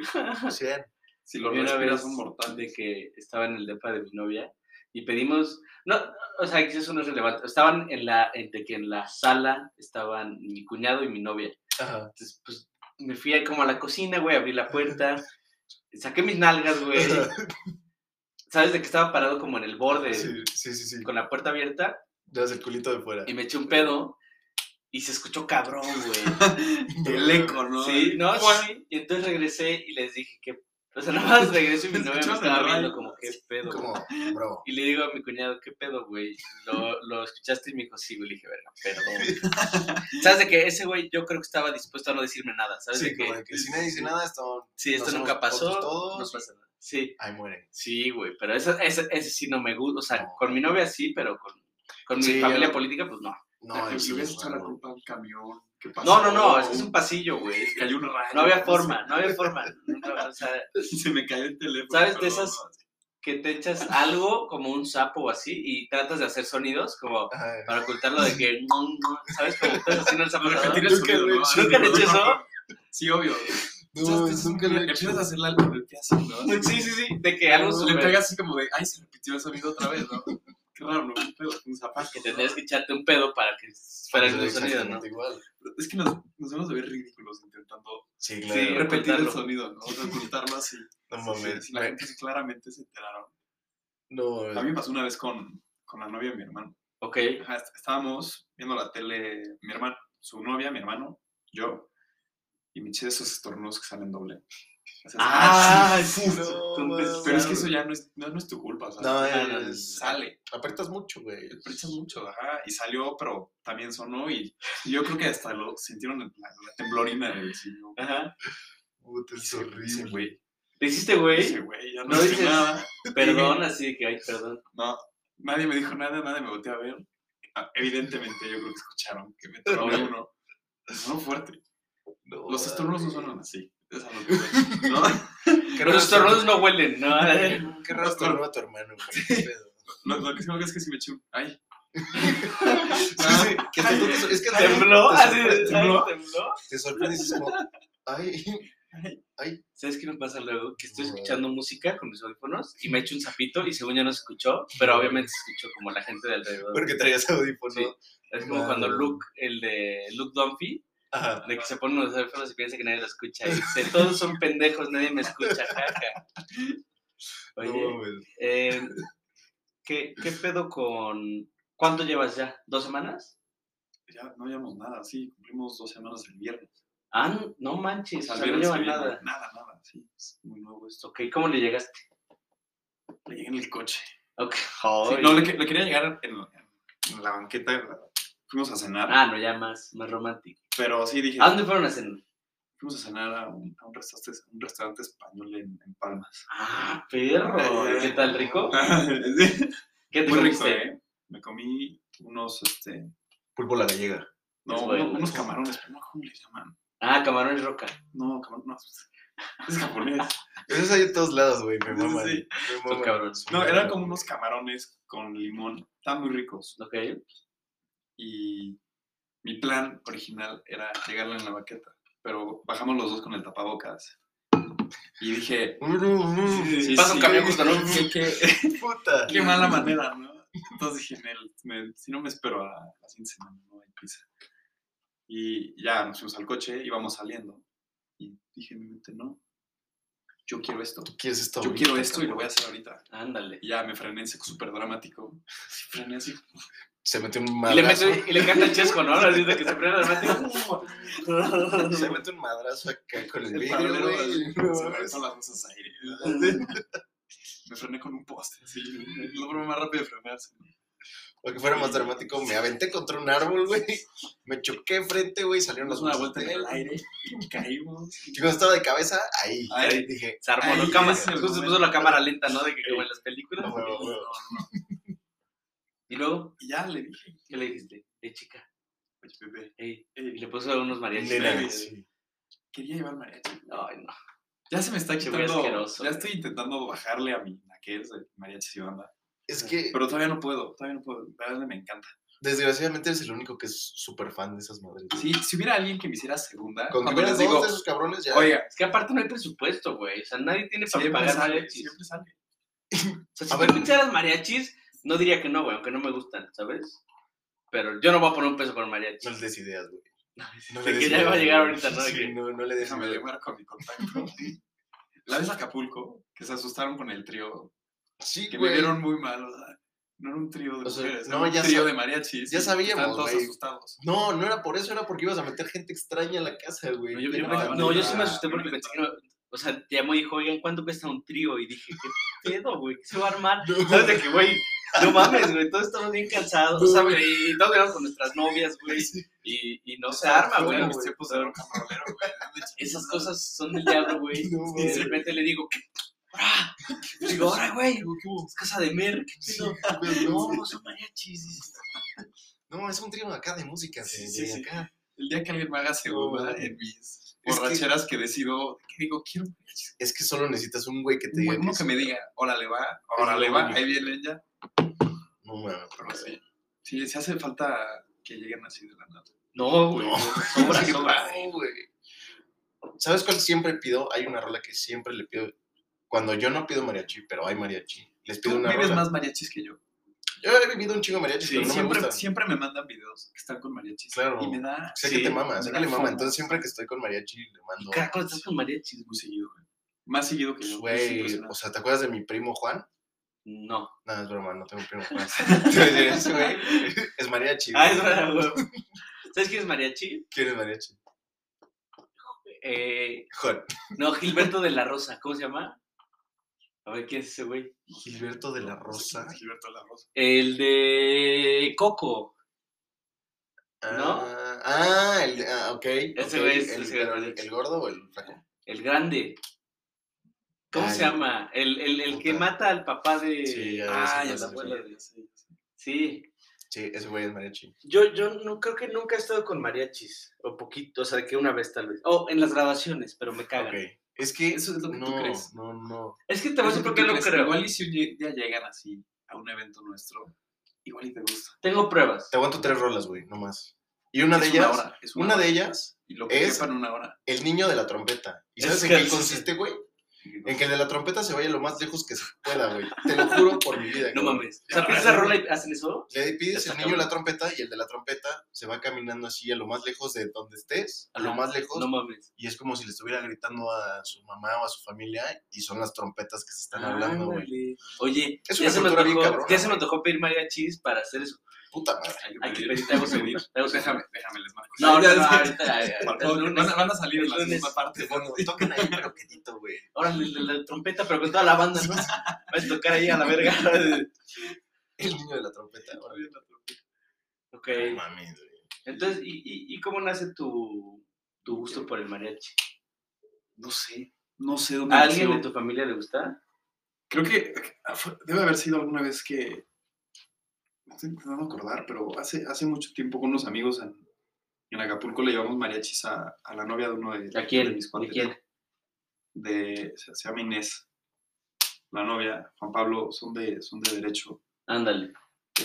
Speaker 1: Sí, eh,
Speaker 4: si los
Speaker 2: Una
Speaker 4: respiras
Speaker 2: vez
Speaker 4: son
Speaker 2: [LAUGHS]
Speaker 4: mortales.
Speaker 2: de que estaba en el depa de mi novia y pedimos, no, o sea, que eso no es relevante. Estaban en la, en- de que en la sala estaban mi cuñado y mi novia.
Speaker 1: ajá.
Speaker 2: Entonces, pues, me fui ahí como a la cocina, güey, abrí la
Speaker 1: [LAUGHS]
Speaker 2: puerta, saqué mis nalgas, güey. ¿Sabes de que estaba parado como en el borde,
Speaker 1: Sí, sí, sí, sí.
Speaker 2: con la puerta abierta?
Speaker 1: Ya es el culito de fuera.
Speaker 2: Y me eché un pedo y se escuchó cabrón, güey.
Speaker 1: [LAUGHS] El eco,
Speaker 4: ¿no?
Speaker 2: Sí, no, sí. Y entonces regresé y les dije que. O sea, [LAUGHS] nada más regreso y mi novia me
Speaker 4: Escuchaste
Speaker 2: estaba
Speaker 4: la
Speaker 2: viendo
Speaker 4: radio.
Speaker 2: como, ¿qué pedo? güey?".
Speaker 1: Como, bro.
Speaker 2: Y le digo a mi cuñado, ¿qué pedo, güey? Lo, lo escuchaste y me dijo, sí, güey. Le dije, verga, perdón.
Speaker 1: [LAUGHS]
Speaker 2: ¿Sabes de que Ese güey yo creo que estaba dispuesto a no decirme nada. ¿Sabes
Speaker 1: Sí,
Speaker 2: de que
Speaker 1: como de que si nadie dice nada, esto,
Speaker 2: Sí, esto
Speaker 1: nos somos
Speaker 2: nunca pasó.
Speaker 1: otros todos.
Speaker 2: no pasa nada. Sí,
Speaker 1: ahí muere.
Speaker 2: sí, güey. Pero esa- esa- ese, sí no me gusta. O sea,
Speaker 1: No.
Speaker 2: con mi novia sí, pero con, con mi
Speaker 1: Sí,
Speaker 2: familia
Speaker 1: yo-
Speaker 2: política, pues no.
Speaker 1: No,
Speaker 4: le
Speaker 1: es
Speaker 4: hubieras echado la culpa al camión. ¿Qué pasó?
Speaker 2: No, no, no.
Speaker 1: uh.
Speaker 2: Es que es un pasillo, güey. es que
Speaker 4: [LAUGHS] Cayó un rayo. [LAUGHS]
Speaker 2: No había
Speaker 4: sé.
Speaker 2: forma, no había forma. No, o sea,
Speaker 4: Se me cayó el teléfono.
Speaker 2: ¿Sabes de
Speaker 4: perdón,
Speaker 2: esas-
Speaker 4: no,
Speaker 2: que te echas algo como un sapo o así y tratas de hacer sonidos como
Speaker 1: Ajá.
Speaker 2: para ocultarlo de que no, no, ¿sabes? Como estás haciendo el sapo.
Speaker 4: Nunca
Speaker 2: ¿no?
Speaker 4: tienes
Speaker 1: Nunca
Speaker 4: sonido,
Speaker 1: lo he
Speaker 4: ¿no?
Speaker 1: hecho.
Speaker 2: Ah, ¿Nunca han hecho eso?
Speaker 4: Sí, obvio.
Speaker 1: No,
Speaker 4: Entonces,
Speaker 1: nunca lo he hecho.
Speaker 4: Empiezas a hacer la el pie así, ¿no?
Speaker 2: Sí, sí, sí, de que algo
Speaker 4: le
Speaker 2: súper-
Speaker 4: pegas así como de, ay, se repitió el sonido otra vez,
Speaker 2: [LAUGHS]
Speaker 4: ¿no? Qué raro, ¿no? Un pedo, un zapato.
Speaker 2: Que tendrías que echarte un pedo para que fuera el mismo sonido, ¿no?
Speaker 1: Exactamente igual.
Speaker 4: Es que nos, nos vamos a ver ridículos intentando
Speaker 1: Sí,
Speaker 2: Sí,
Speaker 1: claro.
Speaker 4: repetir el
Speaker 2: ocultarlo.
Speaker 4: sonido, ¿no? O sea, ocultarlo así.
Speaker 1: no
Speaker 4: Sí,
Speaker 1: mames.
Speaker 4: sí, la gente sí claramente se enteraron.
Speaker 1: No, [LAUGHS]
Speaker 4: A mí
Speaker 1: mames.
Speaker 4: me pasó una vez con, con la novia de mi hermano.
Speaker 2: Ok,
Speaker 4: Ajá, est- estábamos viendo la tele, mi hermano, su novia, mi hermano, yo, y me eché esos estornudos que salen doble. O sea,
Speaker 2: Ah,
Speaker 4: sí,
Speaker 2: sí,
Speaker 4: uf,
Speaker 1: no,
Speaker 4: entonces,
Speaker 1: mames.
Speaker 4: pero es que eso ya no es, no, no es tu culpa, o sea,
Speaker 1: No,
Speaker 4: ya
Speaker 2: no,
Speaker 1: es-
Speaker 4: sale,
Speaker 1: Apretas mucho, güey.
Speaker 4: te echas mucho, ajá, y salió, pero también sonó, y y yo creo que hasta lo sintieron en la, la temblorina del sillón.
Speaker 2: ajá.
Speaker 1: Puta, es
Speaker 4: Dice, dice,
Speaker 1: horrible.
Speaker 4: güey,
Speaker 2: ¿Lo hiciste, güey?
Speaker 4: dice, güey, ya no,
Speaker 2: No
Speaker 4: hice
Speaker 2: dices-
Speaker 4: nada.
Speaker 2: Perdón, así de que, ay, perdón.
Speaker 4: No, nadie me dijo nada, nadie me volteó a ver. Ah, Evidentemente, yo creo que escucharon que me tronó
Speaker 2: Obvio.
Speaker 4: uno. Sonó fuerte.
Speaker 1: No,
Speaker 4: Los estornudos no
Speaker 1: mames.
Speaker 4: sonan así. Es a lo que voy, ¿no?
Speaker 1: Qué raro
Speaker 2: Los
Speaker 1: estornudo.
Speaker 2: estornudos no huelen, ¿no?
Speaker 1: Qué raro estornuda tu hermano, güey. qué pedo.
Speaker 4: Lo, lo que sí me hago es que si me eché un- ¡Ay!
Speaker 1: Sí, sí, que hasta tú te sor- es que hasta tú
Speaker 2: ¿Tembló?
Speaker 1: te
Speaker 2: Así,
Speaker 1: sorpre-
Speaker 2: de,
Speaker 4: ¿Tembló?
Speaker 2: ay, ¿tembló?
Speaker 1: Te sorprendes y es como, ay, [LAUGHS]
Speaker 2: ¿Sabes qué me pasa luego? Que estoy
Speaker 1: Wow.
Speaker 2: escuchando música con mis audífonos y me echo un zapito y según ya no se escuchó, pero obviamente se escuchó como la gente de alrededor.
Speaker 1: porque traías audífono.
Speaker 2: Sí. es como cuando
Speaker 1: Claro.
Speaker 2: Luke, el de Luke Dunphy,
Speaker 1: Ajá.
Speaker 2: de que se pone unos audífonos y piensa que nadie lo escucha. Y dice, todos son pendejos, nadie me escucha, jaja.
Speaker 1: [LAUGHS] No
Speaker 2: Oye,
Speaker 1: mames.
Speaker 2: eh, ¿qué, ¿qué pedo con... ¿Cuánto llevas ya? ¿Dos semanas?
Speaker 4: Ya no llevamos nada, sí. Cumplimos dos semanas el viernes.
Speaker 2: Ah, no manches, o
Speaker 4: al
Speaker 2: sea, no
Speaker 4: viernes
Speaker 2: llevan
Speaker 4: que viene,
Speaker 2: nada.
Speaker 4: Nada, nada, sí. Es muy nuevo esto.
Speaker 2: Ok, ¿cómo le llegaste?
Speaker 4: Le llegué en el coche.
Speaker 2: Ok, [LAUGHS]
Speaker 4: Sí,
Speaker 2: joder.
Speaker 4: no, le, que- le quería llegar en, en la banqueta. en la- Fuimos a cenar,
Speaker 2: Ah, no, ya más, más romántico.
Speaker 4: pero sí dije,
Speaker 2: ¿A dónde fueron a cenar?
Speaker 4: fuimos a cenar a un, a un restaurante, un restaurante español en, en
Speaker 2: [LAUGHS]
Speaker 4: Palmas.
Speaker 2: Ah, perro. ¿Y ¿Qué tal, rico?
Speaker 4: Sí.
Speaker 2: ¿Qué te
Speaker 4: Muy rico,
Speaker 2: comiste?
Speaker 4: ¿eh? Me comí unos, este,
Speaker 1: Pulpo la gallega.
Speaker 4: no,
Speaker 2: Es
Speaker 4: uno-
Speaker 2: bueno.
Speaker 4: unos camarones, pero no, ¿cómo les llaman?
Speaker 2: Ah, camarones roca.
Speaker 4: No, camarones, no, pues, [LAUGHS] es japonés.
Speaker 1: Esos hay en todos lados, güey. Me
Speaker 4: Sí, sí,
Speaker 1: maman.
Speaker 4: sí.
Speaker 1: Me
Speaker 2: Son
Speaker 1: maman.
Speaker 2: cabrones.
Speaker 4: No, eran como unos camarones con limón, estaban muy ricos.
Speaker 2: Ok.
Speaker 4: Y mi plan original era llegarle en la baqueta, pero bajamos los dos con el tapabocas. Y dije,
Speaker 1: Mm,
Speaker 4: Sí,
Speaker 2: Pasa un
Speaker 4: sí.
Speaker 2: camión justo, ¿no?
Speaker 4: ¿qué, [LAUGHS] qué,
Speaker 1: Puta.
Speaker 4: Qué mala manera, ¿no? Entonces dije, "Nel, me- si no me espero a la siguiente semana, no hay prisa. Y ya nos fuimos al coche, íbamos saliendo. Y dije en mi mente, no, yo quiero esto.
Speaker 1: ¿Quieres esto?
Speaker 4: Yo
Speaker 1: güey?
Speaker 4: quiero esto y lo voy a hacer ahorita.
Speaker 2: Ándale.
Speaker 4: Y ya me frené así, súper dramático. [LAUGHS] Frené así.
Speaker 1: Se metió un
Speaker 2: Y le,
Speaker 1: madrazo.
Speaker 2: meto, y le canta el chesco, ¿no? Así de que se prende dramático.
Speaker 1: [LAUGHS]
Speaker 2: uh,
Speaker 1: Se mete un madrazo acá con el,
Speaker 4: El
Speaker 1: vidrio,
Speaker 4: tablero,
Speaker 1: güey. No
Speaker 4: se me
Speaker 1: mames.
Speaker 4: aventaron las cosas al aire. Me frené con un poste, así. La forma más rápida de frenarse.
Speaker 1: Para que fuera más dramático, me aventé contra un árbol, güey. Me choqué frente, güey. Salieron
Speaker 4: Dimos
Speaker 1: las
Speaker 4: una
Speaker 1: bolsas
Speaker 4: vuelta en
Speaker 1: de
Speaker 4: el
Speaker 1: él.
Speaker 4: aire y caímos.
Speaker 1: Y cuando estaba de cabeza, ahí.
Speaker 4: Ahí.
Speaker 1: Ahí dije,
Speaker 2: Se armó
Speaker 4: Ahí
Speaker 2: la cámara.
Speaker 4: es el
Speaker 2: Justo se puso
Speaker 4: momento.
Speaker 2: la cámara lenta, ¿no? De que como en las películas.
Speaker 1: no, huevo, huevo.
Speaker 2: Y luego,
Speaker 4: Y ya le dije,
Speaker 2: ¿qué le dijiste? Eh, chica.
Speaker 4: oye, bebé,
Speaker 2: Ey.
Speaker 4: eh,
Speaker 2: Y le puso unos mariachis.
Speaker 1: Nena,
Speaker 4: Nena,
Speaker 1: sí.
Speaker 4: quería llevar mariachi.
Speaker 2: Ay, no.
Speaker 4: Ya se me está
Speaker 2: Se ve
Speaker 4: quitando.
Speaker 2: asqueroso,
Speaker 4: Ya
Speaker 2: güey.
Speaker 4: estoy intentando bajarle a mi naquez de mariachis y banda.
Speaker 1: Es que,
Speaker 4: Pero todavía no puedo, todavía no puedo. La verdad me encanta.
Speaker 1: desgraciadamente, eres el único que es súper fan de esas madres.
Speaker 4: Sí, si hubiera alguien que me hiciera segunda,
Speaker 1: Con que
Speaker 4: ¿Ah? cuando les
Speaker 1: veas
Speaker 4: digo,
Speaker 1: dos de esos cabrones, ya.
Speaker 4: oiga,
Speaker 2: Es que aparte no hay presupuesto, güey. O sea, nadie tiene para
Speaker 4: siempre
Speaker 2: pagar
Speaker 4: sale,
Speaker 2: mariachis.
Speaker 4: siempre sale.
Speaker 2: O sea, si
Speaker 1: A
Speaker 2: tú
Speaker 1: ver.
Speaker 2: escucharas mariachis, no diría que no, güey, aunque no me gustan, ¿sabes? Pero yo no voy a poner un peso por mariachi.
Speaker 1: No le des ideas, güey. No
Speaker 2: De
Speaker 1: des
Speaker 2: que ya
Speaker 1: ideas,
Speaker 2: iba a llegar
Speaker 1: güey.
Speaker 2: ahorita, ¿no? De
Speaker 1: Sí,
Speaker 2: que-
Speaker 1: no, no le des
Speaker 4: Déjame
Speaker 1: ideas.
Speaker 4: le marco a mi contacto. [LAUGHS] La vez Acapulco, que se asustaron con el trío,
Speaker 1: Sí,
Speaker 4: que me
Speaker 1: güey.
Speaker 4: vieron muy mal. o sea, no era un trío de
Speaker 1: O sea,
Speaker 4: mujeres,
Speaker 1: no,
Speaker 4: era un
Speaker 1: ya
Speaker 4: trío
Speaker 1: sab-
Speaker 4: de mariachis.
Speaker 1: ya
Speaker 4: y Estaban
Speaker 1: sabíamos,
Speaker 4: todos
Speaker 1: güey.
Speaker 4: asustados.
Speaker 1: No, no era por eso, era porque ibas a meter gente extraña a la casa, güey.
Speaker 2: No, yo, yo
Speaker 1: Te-
Speaker 2: me-
Speaker 4: no,
Speaker 2: no, yo sí me
Speaker 4: no,
Speaker 2: asusté
Speaker 4: no,
Speaker 2: porque
Speaker 4: no,
Speaker 2: pensé que no. O sea, llamó y dijo, oigan, ¿cuánto cuesta un trío? Y dije, ¿qué pedo, güey? ¿Qué se va a armar?
Speaker 1: No.
Speaker 2: [LAUGHS] ¿Sabes
Speaker 1: [LAUGHS]
Speaker 2: de que, güey? No mames, güey, todos estamos bien cansados. O sea,
Speaker 1: No.
Speaker 2: güey, y todos vivimos con nuestras novias, güey. Y, y no se arma,
Speaker 4: Fue
Speaker 2: güey.
Speaker 4: en mis tiempos de rock and rollero, güey.
Speaker 2: Esas cosas son del diablo, güey.
Speaker 1: No,
Speaker 2: Y de
Speaker 1: güey.
Speaker 2: repente le digo, ¿qué? ¡Ah! Digo, ahora, güey,
Speaker 1: Digo, ¿qué hubo?
Speaker 2: es casa de Mer, ¿qué
Speaker 1: Sí,
Speaker 2: pedo?
Speaker 1: güey, no,
Speaker 2: No, son mariachis.
Speaker 1: [LAUGHS] no, es un trío acá de música.
Speaker 4: Sí,
Speaker 1: de-
Speaker 4: sí,
Speaker 1: de
Speaker 4: sí.
Speaker 1: acá.
Speaker 4: El día que alguien me haga segunda
Speaker 1: No.
Speaker 4: en mis
Speaker 1: Es que-
Speaker 4: borracheras que, decido, que digo, quiero
Speaker 1: Es que solo necesitas un güey que te
Speaker 4: un
Speaker 1: diga.
Speaker 4: güey, uno
Speaker 1: que
Speaker 4: que
Speaker 1: sí.
Speaker 4: me diga, órale va, órale
Speaker 1: lo
Speaker 4: va,
Speaker 1: único.
Speaker 4: ahí viene ya.
Speaker 1: No mames,
Speaker 4: Pero sí, sí, sí hace falta que lleguen así de la nada.
Speaker 2: No, güey.
Speaker 1: No. [LAUGHS]
Speaker 2: Sobra,
Speaker 1: Sí,
Speaker 2: sobra.
Speaker 1: no, güey. ¿Sabes cuál siempre pido? Hay una rola que siempre le pido. Cuando yo no pido mariachi, pero hay mariachi, les pido
Speaker 4: Tú
Speaker 1: una
Speaker 4: vives
Speaker 1: rola.
Speaker 4: más mariachis que yo.
Speaker 1: Yo he vivido un chingo de mariachi,
Speaker 2: Sí,
Speaker 1: pero no me
Speaker 4: siempre,
Speaker 1: gusta.
Speaker 4: siempre me mandan videos que están con mariachis.
Speaker 1: Claro.
Speaker 4: Y me da
Speaker 1: Sé
Speaker 2: Sí,
Speaker 1: que te mama, sé
Speaker 4: me
Speaker 1: que
Speaker 4: da
Speaker 1: le mama.
Speaker 4: fomo.
Speaker 1: Entonces siempre que estoy con mariachi le mando.
Speaker 2: Cada cosa estás con mariachi,
Speaker 4: muy
Speaker 2: güey.
Speaker 4: seguido, güey. Más seguido que
Speaker 1: Pues,
Speaker 4: yo. es
Speaker 1: Güey, o
Speaker 4: impresionante.
Speaker 1: sea, ¿te acuerdas de mi primo Juan? [LAUGHS]
Speaker 2: No.
Speaker 1: No, es broma, no tengo primo
Speaker 2: [LAUGHS]
Speaker 1: Juan. Ese güey es mariachi.
Speaker 2: Ah,
Speaker 1: güey.
Speaker 2: es verdad, güey. ¿Sabes quién es mariachi?
Speaker 1: ¿Quién es mariachi?
Speaker 2: Eh,
Speaker 1: Juan.
Speaker 2: no, Gilberto de la Rosa. ¿Cómo se llama? A ver, ¿quién es ese güey?
Speaker 1: Gilberto de la Rosa.
Speaker 4: Gilberto de la Rosa.
Speaker 2: El de Coco. ¿No?
Speaker 1: Ah, ah, el, ah, ok.
Speaker 2: Ese
Speaker 1: ok,
Speaker 2: güey es-
Speaker 1: el,
Speaker 2: ese
Speaker 1: pero
Speaker 2: güey
Speaker 1: el,
Speaker 2: es-
Speaker 1: el gordo o el flaco.
Speaker 2: El grande. ¿Cómo
Speaker 1: Ay,
Speaker 2: se llama? El, el, el que
Speaker 1: puta.
Speaker 2: mata al papá de.
Speaker 1: Sí, ya
Speaker 2: ah,
Speaker 1: sé
Speaker 2: y a
Speaker 1: cuál es
Speaker 2: la
Speaker 1: ese
Speaker 2: abuela
Speaker 4: güey.
Speaker 2: de. Sí. sí.
Speaker 1: Sí, ese güey es mariachi.
Speaker 2: Yo, yo no, creo que nunca he estado con mariachis. O poquito, o sea, que una vez tal vez. O en las grabaciones, pero me cagan.
Speaker 1: Ok. Es que
Speaker 4: Eso es lo que tú
Speaker 1: no,
Speaker 4: crees.
Speaker 1: No, no.
Speaker 2: Es que te voy a
Speaker 4: Eso
Speaker 2: decir por
Speaker 4: que
Speaker 2: qué no
Speaker 4: tú crees,
Speaker 2: creo.
Speaker 4: Igual y si un lle- día llegan así a un evento nuestro, igual y te gusta.
Speaker 2: Tengo pruebas.
Speaker 1: Te aguanto tres rolas, güey, no más. Y una de
Speaker 4: Es
Speaker 1: ellas,
Speaker 4: hora, es
Speaker 1: una,
Speaker 4: hora.
Speaker 1: de ellas,
Speaker 4: Y lo que
Speaker 1: es-
Speaker 4: sepan una hora.
Speaker 1: el niño de la trompeta. ¿Y
Speaker 2: Es
Speaker 1: sabes en
Speaker 2: que-
Speaker 1: qué consiste, güey? En que el de la trompeta se vaya lo más lejos que se pueda, güey. Te lo juro por mi [LAUGHS] vida.
Speaker 2: No
Speaker 1: cabrón.
Speaker 2: mames. O sea, pides
Speaker 1: [LAUGHS]
Speaker 2: la rola y hacen eso.
Speaker 1: Le pides
Speaker 2: Está
Speaker 1: el niño de la
Speaker 2: cabrón.
Speaker 1: trompeta y el de la trompeta se va caminando así a lo más lejos de donde estés, a lo
Speaker 2: Ajá.
Speaker 1: más lejos,
Speaker 2: No mames.
Speaker 1: y es como si le estuviera gritando a su mamá o a su familia y son las trompetas que se están hablando, Ah, güey.
Speaker 2: Ándale. Oye,
Speaker 1: Es
Speaker 2: ya
Speaker 1: una
Speaker 2: se, me
Speaker 1: cultura bien
Speaker 2: antojó,
Speaker 1: cabrona,
Speaker 2: ya se me
Speaker 1: güey.
Speaker 2: antojó pedir mariachis para hacer eso.
Speaker 1: Puta madre.
Speaker 2: Hay que
Speaker 4: pedir,
Speaker 2: pedir, tengo que pedir, tengo que pedir.
Speaker 4: Déjame, déjame, les marco.
Speaker 2: No, no, no,
Speaker 4: Ya,
Speaker 2: ahorita, ahorita el
Speaker 4: Van,
Speaker 2: lunes.
Speaker 4: a- van a salir en la
Speaker 2: el lunes.
Speaker 4: misma parte.
Speaker 1: Bueno, tocan ahí, pero quedito, güey.
Speaker 2: Ahora el de la trompeta, pero con toda la banda, ¿no? Vas a tocar ahí a la
Speaker 4: [LAUGHS]
Speaker 2: verga.
Speaker 1: El niño de la trompeta, güey.
Speaker 2: ok.
Speaker 1: No mames, güey.
Speaker 2: Entonces, ¿y, y, y cómo nace tu, tu gusto por el mariachi?
Speaker 4: No sé, no sé dónde
Speaker 2: ¿A alguien de
Speaker 4: nació.
Speaker 2: tu familia le gusta?
Speaker 4: Creo que ah, fue- debe haber sido alguna vez que. Me estoy intentando acordar, pero hace, hace mucho tiempo con unos amigos en, en Acapulco le llevamos mariachis a, a la novia de uno de,
Speaker 2: ¿A quién?
Speaker 4: de mis
Speaker 2: ¿De
Speaker 4: cuates.
Speaker 2: quién?
Speaker 4: de- se, se llama Inés, la novia, Juan Pablo, son de, son de derecho,
Speaker 2: Ándale.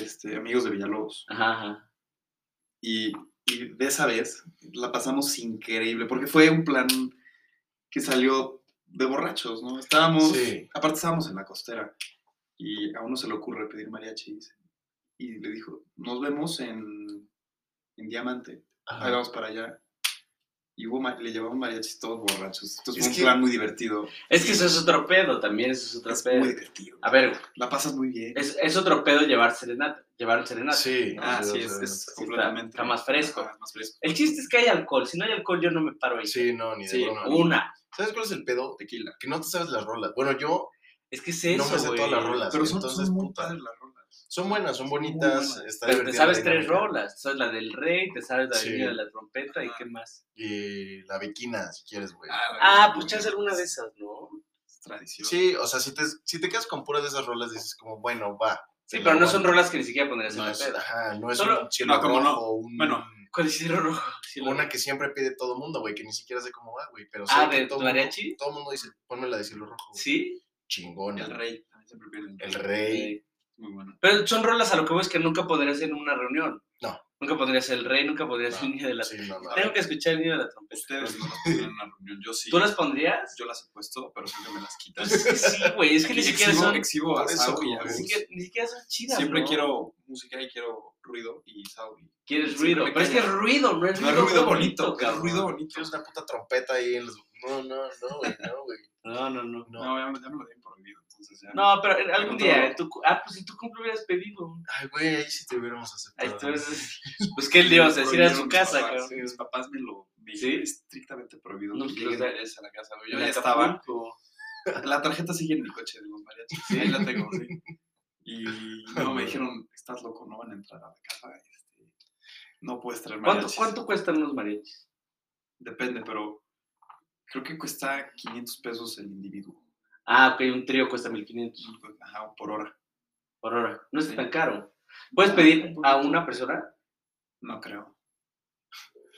Speaker 4: este, amigos de Villalobos.
Speaker 2: Ajá, ajá.
Speaker 4: Y, y de esa vez la pasamos increíble, porque fue un plan que salió de borrachos, ¿no? Estábamos,
Speaker 1: Sí.
Speaker 4: aparte estábamos en la costera, y a uno se le ocurre pedir mariachis, y le dijo, nos vemos en, en Diamante,
Speaker 1: Ajá.
Speaker 4: ahí vamos para allá. Y hubo ma- le llevaban mariachis todos borrachos. Entonces
Speaker 1: Es
Speaker 4: fue un
Speaker 1: que-
Speaker 4: plan muy divertido.
Speaker 2: Es que eso es otro pedo también, eso es otro
Speaker 4: Es
Speaker 2: pedo.
Speaker 4: muy divertido.
Speaker 2: A ver,
Speaker 4: La pasas muy bien.
Speaker 2: es, es otro pedo llevar serenata, llevar un serenata.
Speaker 1: Sí.
Speaker 4: Ah,
Speaker 1: no,
Speaker 4: sí,
Speaker 1: o
Speaker 4: es,
Speaker 1: sea,
Speaker 4: es
Speaker 2: está-
Speaker 4: completamente.
Speaker 2: está más fresco.
Speaker 4: Ajá, más fresco.
Speaker 2: El chiste es que hay alcohol, si no hay alcohol yo no me paro ahí.
Speaker 1: Sí, no, ni de
Speaker 4: Sí,
Speaker 1: broma.
Speaker 2: Una.
Speaker 1: ¿Sabes cuál es el pedo?
Speaker 4: Tequila.
Speaker 1: Que no te sabes las rolas. Bueno, yo
Speaker 2: Es que es eso,
Speaker 1: no me sé
Speaker 2: güey.
Speaker 1: todas las rolas.
Speaker 4: Pero son,
Speaker 1: entonces,
Speaker 4: son muy
Speaker 1: puta.
Speaker 4: padres las rolas.
Speaker 1: Son buenas, son
Speaker 4: Son muy
Speaker 1: bonitas.
Speaker 4: buenas.
Speaker 1: Está
Speaker 2: Pero te
Speaker 1: divertida la
Speaker 2: sabes tres
Speaker 1: dinámica.
Speaker 2: rolas, sabes la del rey, te sabes la del
Speaker 1: Sí.
Speaker 2: niño de la trompeta y
Speaker 4: Ajá.
Speaker 2: qué más.
Speaker 1: Y la bequina, si quieres, güey.
Speaker 2: Ah, pues chance alguna de esas, ¿no?
Speaker 4: Es tradición.
Speaker 1: Sí, o sea, si te, si te quedas con puras de esas rolas, dices como, bueno, va.
Speaker 2: Sí,
Speaker 1: te la
Speaker 2: pero no son
Speaker 1: aguanto.
Speaker 2: rolas que ni siquiera pondrías en
Speaker 1: No
Speaker 2: la
Speaker 1: es,
Speaker 2: peda.
Speaker 1: ajá, no es
Speaker 2: Solo-
Speaker 1: un cielo
Speaker 4: no, como no.
Speaker 1: rojo, un-
Speaker 4: Bueno.
Speaker 2: ¿Cuál es el rojo? Sí, lo-
Speaker 1: una que siempre pide todo mundo, güey, que ni siquiera sé cómo va, güey. Pero
Speaker 2: Ah,
Speaker 1: sé que
Speaker 2: ¿de
Speaker 1: todo
Speaker 2: mariachi?
Speaker 1: Mundo, todo mundo dice, ponme la de cielo rojo. güey.
Speaker 2: Sí.
Speaker 1: Chingona.
Speaker 4: El rey. También siempre viene
Speaker 1: El rey.
Speaker 4: Muy bueno.
Speaker 2: Pero son rolas a lo que voy es que nunca podrías en una reunión.
Speaker 1: No.
Speaker 2: Nunca podrías el rey, nunca podrías el
Speaker 1: No,
Speaker 2: niño de la
Speaker 1: sí, no, no.
Speaker 2: Tengo que escuchar el niño de la trompeta.
Speaker 4: Ustedes no las ponen en una reunión. Yo sí.
Speaker 2: ¿Tú las pondrías?
Speaker 4: Yo las he puesto, pero siempre me las quitas.
Speaker 2: Pues es que sí, güey. Es que ni siquiera
Speaker 4: Exhibo,
Speaker 2: son.
Speaker 4: exhibo a
Speaker 1: Por eso,
Speaker 4: Sau y a
Speaker 1: como-
Speaker 2: Ni
Speaker 4: Gus.
Speaker 2: siquiera, ni siquiera son chidas.
Speaker 4: Siempre
Speaker 2: ¿no?
Speaker 4: quiero música y quiero ruido y Sau. y-
Speaker 2: Quieres
Speaker 4: siempre
Speaker 2: ruido.
Speaker 4: me
Speaker 2: Pero es que
Speaker 4: callan.
Speaker 2: es ruido, no es
Speaker 4: No
Speaker 2: ruido,
Speaker 4: es ruido bonito, es
Speaker 2: cabrón.
Speaker 4: ruido bonito.
Speaker 1: Tienes una puta trompeta ahí en los... No, no, no, güey, no, güey.
Speaker 2: No, no, no.
Speaker 1: No.
Speaker 4: No, ya me ya me lo tienen prohibido. Entonces ya.
Speaker 2: No, pero en- algún
Speaker 4: No.
Speaker 2: día. en tu cu- ah, pues si tú cumple hubieras pedido.
Speaker 1: Ay, güey, ahí sí te hubiéramos aceptado.
Speaker 2: Ahí tú eres- Pues qué lío, se ir a su
Speaker 4: Prohibieron mis
Speaker 2: casa,
Speaker 4: papás,
Speaker 2: cabrón.
Speaker 4: sí, Mis papás me lo me
Speaker 2: ¿Sí?
Speaker 4: estrictamente prohibido.
Speaker 2: No,
Speaker 4: No
Speaker 2: pues,
Speaker 4: llegues
Speaker 2: los-
Speaker 4: a la casa. güey. Yo
Speaker 2: En
Speaker 4: ya estaba.
Speaker 2: Acapulco.
Speaker 4: La tarjeta sigue en el coche de los mariachis. Sí, ahí la tengo. sí.
Speaker 2: [LAUGHS]
Speaker 4: Y no, me dijeron, estás loco, no van a entrar a la casa. este, no puedes traer
Speaker 2: ¿Cuánto,
Speaker 4: mariachis.
Speaker 2: ¿Cuánto cuestan los mariachis?
Speaker 4: Depende, pero creo que cuesta 500 pesos el individuo.
Speaker 2: Ah, ok, un trío cuesta 1500
Speaker 4: Ajá, por hora.
Speaker 2: por hora. No es
Speaker 4: Sí.
Speaker 2: tan caro. ¿Puedes pedir a una persona?
Speaker 4: No creo.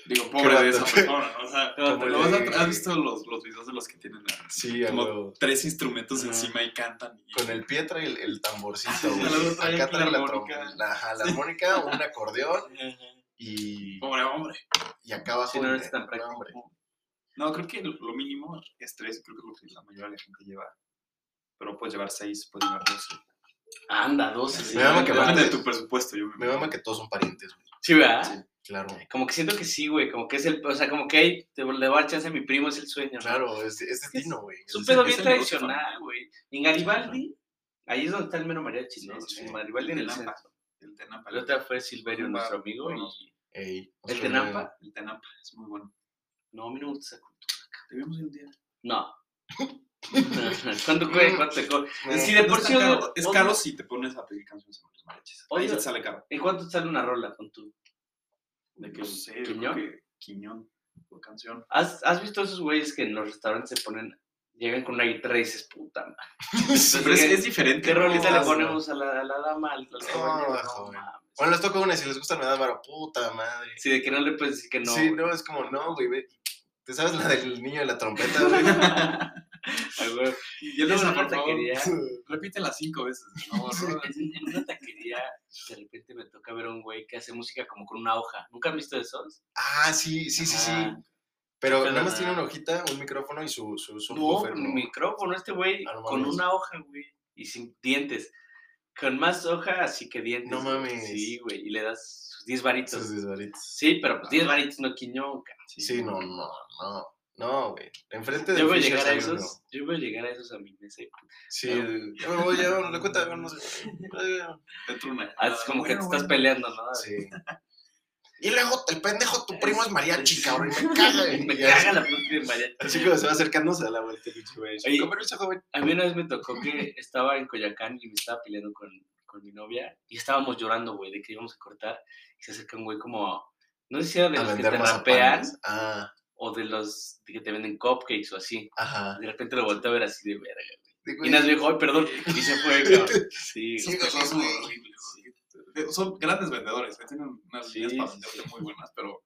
Speaker 4: Digo,
Speaker 1: Qué
Speaker 4: pobre de esa
Speaker 1: vato.
Speaker 4: persona, ¿no? O sea,
Speaker 2: Como
Speaker 4: ¿lo vas
Speaker 1: de-
Speaker 4: a- ¿has visto los, los videos de los que tienen a-
Speaker 1: Sí, a
Speaker 4: como
Speaker 1: huevo.
Speaker 4: tres instrumentos
Speaker 2: Ajá.
Speaker 4: encima y cantan? y-
Speaker 1: Con el pie trae el, el tamborcito,
Speaker 2: [LAUGHS]
Speaker 4: Ah,
Speaker 1: güey.
Speaker 4: al otro trae
Speaker 1: Acá trae
Speaker 4: la
Speaker 1: la
Speaker 4: armónica.
Speaker 1: trompeta, la, ajá, la armónica, un acordeón y,
Speaker 4: Pobre hombre.
Speaker 1: y acá abajo.
Speaker 2: Sí, no, no
Speaker 1: el-
Speaker 2: es tan práctico.
Speaker 1: hombre.
Speaker 4: No, creo que lo lo mínimo es tres, creo que es lo que la mayoría de la gente lleva. Pero puedes llevar seis, puedes llevar doce.
Speaker 2: Anda, 12.
Speaker 1: Me mama que
Speaker 4: Depende
Speaker 1: aparte-
Speaker 4: de tu presupuesto, yo me
Speaker 1: Me mama que todos son parientes, güey.
Speaker 2: Sí, ¿verdad?
Speaker 1: Sí, claro.
Speaker 2: Como que siento que sí, güey. Como que es el. O sea, como que hay. Te le va a chance a mi primo, es el sueño. ¿no?
Speaker 1: Claro, es, es destino, güey.
Speaker 2: Es un
Speaker 1: Es-
Speaker 2: pedo
Speaker 4: es
Speaker 2: bien
Speaker 4: el negocio
Speaker 2: tradicional, güey. En Garibaldi, ahí es donde está el mero mariachi, ¿no?
Speaker 4: Sí, sí.
Speaker 2: En Garibaldi en el
Speaker 4: Tenampa.
Speaker 2: centro.
Speaker 4: El
Speaker 2: El
Speaker 4: Tenampa.
Speaker 2: otro fue Silverio,
Speaker 4: Ah,
Speaker 2: nuestro
Speaker 4: va.
Speaker 2: amigo.
Speaker 4: Bueno.
Speaker 2: Y...
Speaker 1: Ey,
Speaker 2: ¿El
Speaker 1: nosotros
Speaker 2: Tenampa?
Speaker 4: El Tenampa es muy bueno.
Speaker 2: No, a mí no me gusta esa cultura.
Speaker 4: Debemos ir un día.
Speaker 2: No. ¿Cuánto cuesta? ¿Cuánto te co- [LAUGHS]
Speaker 1: no-
Speaker 2: Sí, de
Speaker 4: No
Speaker 2: por
Speaker 4: es
Speaker 2: sí.
Speaker 4: tan
Speaker 2: odio-
Speaker 4: caro, es
Speaker 2: odio-
Speaker 4: caro si te pones a pedir canciones a los mariachis. Ahí
Speaker 2: Odio-
Speaker 4: se te sale caro.
Speaker 2: ¿En cuánto sale una rola con tu?
Speaker 4: De que
Speaker 2: No
Speaker 4: no
Speaker 2: sé,
Speaker 4: sé, yo
Speaker 2: Pues, ¿Quiñón?
Speaker 4: creo que Quiñón por canción.
Speaker 2: ¿Has, has visto esos güeyes que en los restaurantes se ponen, llegan con una guitarra y dices, puta madre?
Speaker 1: [LAUGHS] Sí.
Speaker 4: Pero es, es diferente.
Speaker 2: ¿Qué
Speaker 4: ¿no?
Speaker 2: rolita le
Speaker 4: Estás-
Speaker 2: ponemos a la, a la dama, al, al
Speaker 1: No,
Speaker 2: caballero? No,
Speaker 1: joven.
Speaker 2: mames.
Speaker 1: Bueno, les toca una y si les gusta me dan varo. Puta madre.
Speaker 2: Sí, de que no le puedes decir que no.
Speaker 1: sí,
Speaker 2: [LAUGHS] güey.
Speaker 1: no, [LAUGHS] es como, no, güey. ve. ¿Te sabes la del niño de la trompeta,
Speaker 2: [LAUGHS]
Speaker 1: güey?
Speaker 2: Ay, güey.
Speaker 4: Y yo le
Speaker 2: en
Speaker 4: digo,
Speaker 2: una
Speaker 4: por favor,
Speaker 2: taquería,
Speaker 4: repítela cinco veces.
Speaker 1: [LAUGHS]
Speaker 4: por favor, ¿no?
Speaker 2: en una taquería, de repente me toca ver a un güey que hace música como con una hoja. ¿Nunca han visto esos?
Speaker 1: Ah, sí, sí, sí, sí.
Speaker 2: Ah.
Speaker 1: Pero
Speaker 2: Pero
Speaker 1: nada más
Speaker 2: nada.
Speaker 1: tiene una hojita, un micrófono y su, su, su
Speaker 2: No,
Speaker 1: subwoofer,
Speaker 2: con
Speaker 1: ¿no?
Speaker 2: un micrófono, este güey,
Speaker 1: Ah, no
Speaker 2: con
Speaker 1: mames.
Speaker 2: una hoja, güey, y sin dientes. Con más hoja, así que dientes.
Speaker 1: No
Speaker 2: güey.
Speaker 1: mames.
Speaker 2: Sí, güey, y le das sus 10 varitos.
Speaker 1: Sus Ah. desvaritos.
Speaker 2: Sí, pero pues 10 varitos no quiñón, ca-
Speaker 1: Sí, no, no, no. No, güey. Enfrente de
Speaker 2: Yo voy a llegar a esos, yo voy a llegar a esos a mi mesa. y-
Speaker 1: Sí, el- ya me voy, ya me la cuenta,
Speaker 2: [LAUGHS]
Speaker 1: no sé.
Speaker 4: Dentro de una.
Speaker 2: Ah, es como que te estás peleando, ¿no?
Speaker 1: Sí. Y luego el pendejo, tu primo es mariachi,
Speaker 2: Sí.
Speaker 1: cabrón. y
Speaker 2: [LAUGHS]
Speaker 1: Me caga. güey.
Speaker 2: Me
Speaker 1: Y así-
Speaker 2: caga la puta de María.
Speaker 1: Así que se va acercándose a la vuelta, pinche güey.
Speaker 2: Oye.
Speaker 1: Con permiso, joven.
Speaker 2: A mí una vez me tocó que estaba en Coyacán y me estaba peleando con, con mi novia y estábamos llorando, güey, de que íbamos a cortar. Y se acerca un güey como, no sé si era de
Speaker 1: A
Speaker 2: los que te
Speaker 1: vender
Speaker 2: rapean
Speaker 1: mazapanes. Ah,
Speaker 2: o de los que te venden cupcakes o así.
Speaker 1: ajá.
Speaker 2: De repente lo volteé a ver así de verga.
Speaker 1: Digo,
Speaker 2: Y nos dijo, ay, perdón. Y se fue, cabrón. Sí,
Speaker 1: Sí,
Speaker 2: güey.
Speaker 4: Cosas
Speaker 1: güey.
Speaker 4: horribles. Eh, Son grandes vendedores. eh, Tienen unas
Speaker 2: Sí,
Speaker 4: líneas para
Speaker 2: sí,
Speaker 4: venderte muy buenas, pero.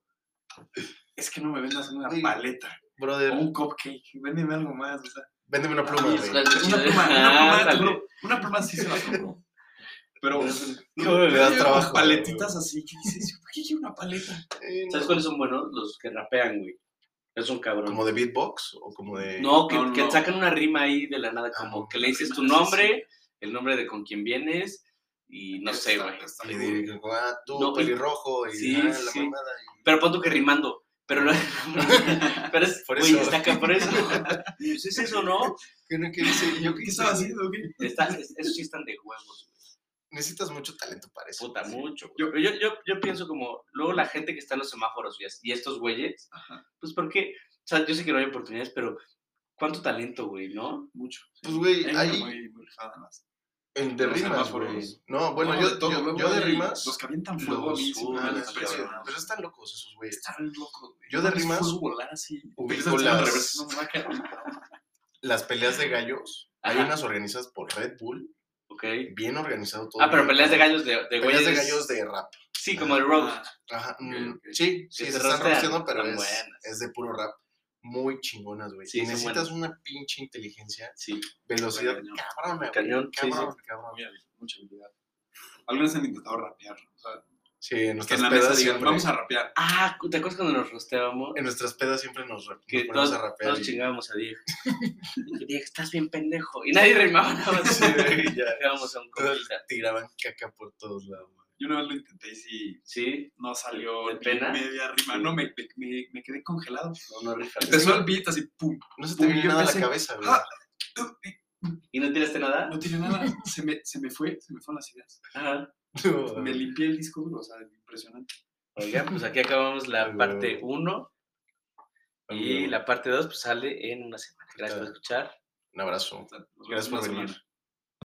Speaker 4: Es que no me vendas una
Speaker 1: Güey.
Speaker 4: paleta o
Speaker 1: brother,
Speaker 4: un cupcake. Véndeme algo más. O sea,
Speaker 1: véndeme una pluma,
Speaker 2: Y es la
Speaker 1: güey.
Speaker 4: una
Speaker 2: chichilla.
Speaker 4: pluma, una pluma, te
Speaker 2: Ah, Ándale.
Speaker 4: juro, una pluma sí se la compro.
Speaker 2: [LAUGHS]
Speaker 4: Pero.
Speaker 1: ¿Cómo me das
Speaker 4: yo [LAUGHS] llego con
Speaker 1: trabajo, güey?
Speaker 4: Paletitas así. ¿Qué dices? ¿Por qué quiero una paleta?
Speaker 1: Eh, no.
Speaker 2: ¿Sabes cuáles son buenos? Los que rapean, güey. Es un cabrón.
Speaker 1: ¿Como de beatbox o como de...?
Speaker 2: No, que,
Speaker 4: No,
Speaker 2: que
Speaker 4: no.
Speaker 2: sacan una rima ahí de la nada, como
Speaker 1: Ah,
Speaker 2: que le dices
Speaker 4: rima,
Speaker 2: tu
Speaker 4: sí,
Speaker 2: nombre, el nombre de con quién vienes y no sé, güey.
Speaker 1: Y de, ah, tú,
Speaker 2: No, y-
Speaker 1: pelirrojo, y
Speaker 2: sí,
Speaker 1: ah, la
Speaker 2: sí.
Speaker 1: mamada. y-
Speaker 2: Pero pon tú que rimando. Pero, lo- [LAUGHS] pero es,
Speaker 1: Por
Speaker 2: güey,
Speaker 1: eso.
Speaker 2: está acá por eso. Pues es eso, ¿no?
Speaker 1: ¿Qué, no- qué dice? Yo,
Speaker 4: ¿Qué
Speaker 1: ¿qué
Speaker 4: estaba
Speaker 1: hice?
Speaker 4: haciendo? ¿Qué?
Speaker 2: Está,
Speaker 1: [LAUGHS]
Speaker 2: es- esos sí están de huevos.
Speaker 1: Necesitas mucho talento para eso.
Speaker 2: Puta,
Speaker 1: Sí.
Speaker 2: mucho. güey. Pero Yo, yo, yo pienso como, luego la gente que está en los semáforos y, es- y estos güeyes,
Speaker 4: Ajá.
Speaker 2: pues porque, o sea, yo sé que no hay oportunidades, pero cuánto talento, güey, ¿no?
Speaker 4: Mucho.
Speaker 1: Pues, güey,
Speaker 4: Hay una
Speaker 1: ahí,
Speaker 4: muy, muy rifada, nada más.
Speaker 1: en de
Speaker 4: los
Speaker 1: rimas,
Speaker 4: semáforos.
Speaker 1: güey. No, bueno, yo,
Speaker 4: todo,
Speaker 1: yo,
Speaker 4: luego
Speaker 1: yo de
Speaker 4: hay
Speaker 1: rimas...
Speaker 4: Los que avientan fuego a mí
Speaker 1: los-
Speaker 4: siempre
Speaker 1: ah,
Speaker 4: me
Speaker 1: les
Speaker 4: impresionan,
Speaker 1: aprecio,
Speaker 4: o sea,
Speaker 1: Pero están locos esos güeyes.
Speaker 4: Están locos, güey.
Speaker 1: Yo de
Speaker 4: Mames,
Speaker 1: rimas
Speaker 4: fuego volar así.
Speaker 1: ubico
Speaker 4: Utilizan
Speaker 1: las-
Speaker 4: al revés, no me va a caer.
Speaker 1: Las peleas de gallos, hay
Speaker 2: Ajá.
Speaker 1: unas organizadas por Red Bull,
Speaker 2: Ok.
Speaker 1: bien organizado todo.
Speaker 2: Ah, pero
Speaker 1: bien.
Speaker 2: peleas de gallos de, de güeyes.
Speaker 1: Peleas de gallos de rap.
Speaker 2: Sí, como el roast.
Speaker 4: Ah,
Speaker 1: Ajá. mm,
Speaker 4: ok.
Speaker 1: Sí, sí,
Speaker 2: se
Speaker 1: se están
Speaker 2: rostean,
Speaker 1: rompiendo, pero
Speaker 2: están
Speaker 1: es,
Speaker 2: buenas.
Speaker 1: es de puro rap. Muy chingonas, güey.
Speaker 2: Sí,
Speaker 1: Y
Speaker 2: son
Speaker 1: necesitas una pinche inteligencia,
Speaker 2: Sí.
Speaker 1: velocidad
Speaker 4: Cañón.
Speaker 1: cabrona, güey.
Speaker 2: Cañón, sí, sí.
Speaker 1: Cabrón, cabrón.
Speaker 4: Mira, Mucha habilidad. Algunos han intentado rapear. O sea,
Speaker 1: Sí, en
Speaker 4: que
Speaker 1: nuestras
Speaker 4: en la
Speaker 1: pedas
Speaker 4: mesa digan,
Speaker 1: siempre...
Speaker 4: vamos a rapear.
Speaker 2: Ah, ¿te acuerdas cuando nos rosteábamos?
Speaker 1: En nuestras pedas siempre nos, ra- nos
Speaker 2: Que
Speaker 1: ponemos
Speaker 2: todos,
Speaker 1: a rapear.
Speaker 2: todos
Speaker 1: y-
Speaker 2: chingábamos a
Speaker 1: [LAUGHS]
Speaker 2: Diego. Y Diego, estás bien pendejo. Y nadie rimaba nada más.
Speaker 1: Sí, güey, ya.
Speaker 2: Llegábamos a un compita.
Speaker 1: Tiraban caca por todos lados. güey.
Speaker 4: Yo una vez lo intenté y sí,
Speaker 2: Sí,
Speaker 4: no salió
Speaker 2: ¿De
Speaker 4: ni
Speaker 2: pena?
Speaker 4: media rima.
Speaker 2: Sí.
Speaker 4: No, me, me- me, me quedé
Speaker 1: [LAUGHS]
Speaker 4: congelado.
Speaker 2: no, no rifas.
Speaker 4: Empezó el beat así, pum.
Speaker 1: No se te
Speaker 4: Uy,
Speaker 1: viene
Speaker 4: yo
Speaker 1: nada a la
Speaker 4: pensé-
Speaker 1: cabeza, [LAUGHS] güey.
Speaker 4: Ah.
Speaker 2: ¿Y no tiraste nada?
Speaker 4: No tiene nada. Se me, se me fue, se me fueron las ideas.
Speaker 2: Ajá.
Speaker 1: No, [LAUGHS]
Speaker 4: Me limpié el disco duro, o sea, impresionante.
Speaker 2: Oigan, pues aquí acabamos la
Speaker 1: Ay,
Speaker 2: parte
Speaker 1: güey.
Speaker 2: 1
Speaker 1: güey.
Speaker 2: y la parte 2 pues, sale en una semana. Gracias por
Speaker 1: Claro.
Speaker 2: escuchar.
Speaker 1: Un abrazo.
Speaker 4: O sea, nos vemos
Speaker 1: Gracias por
Speaker 4: una
Speaker 1: venir.
Speaker 4: semana.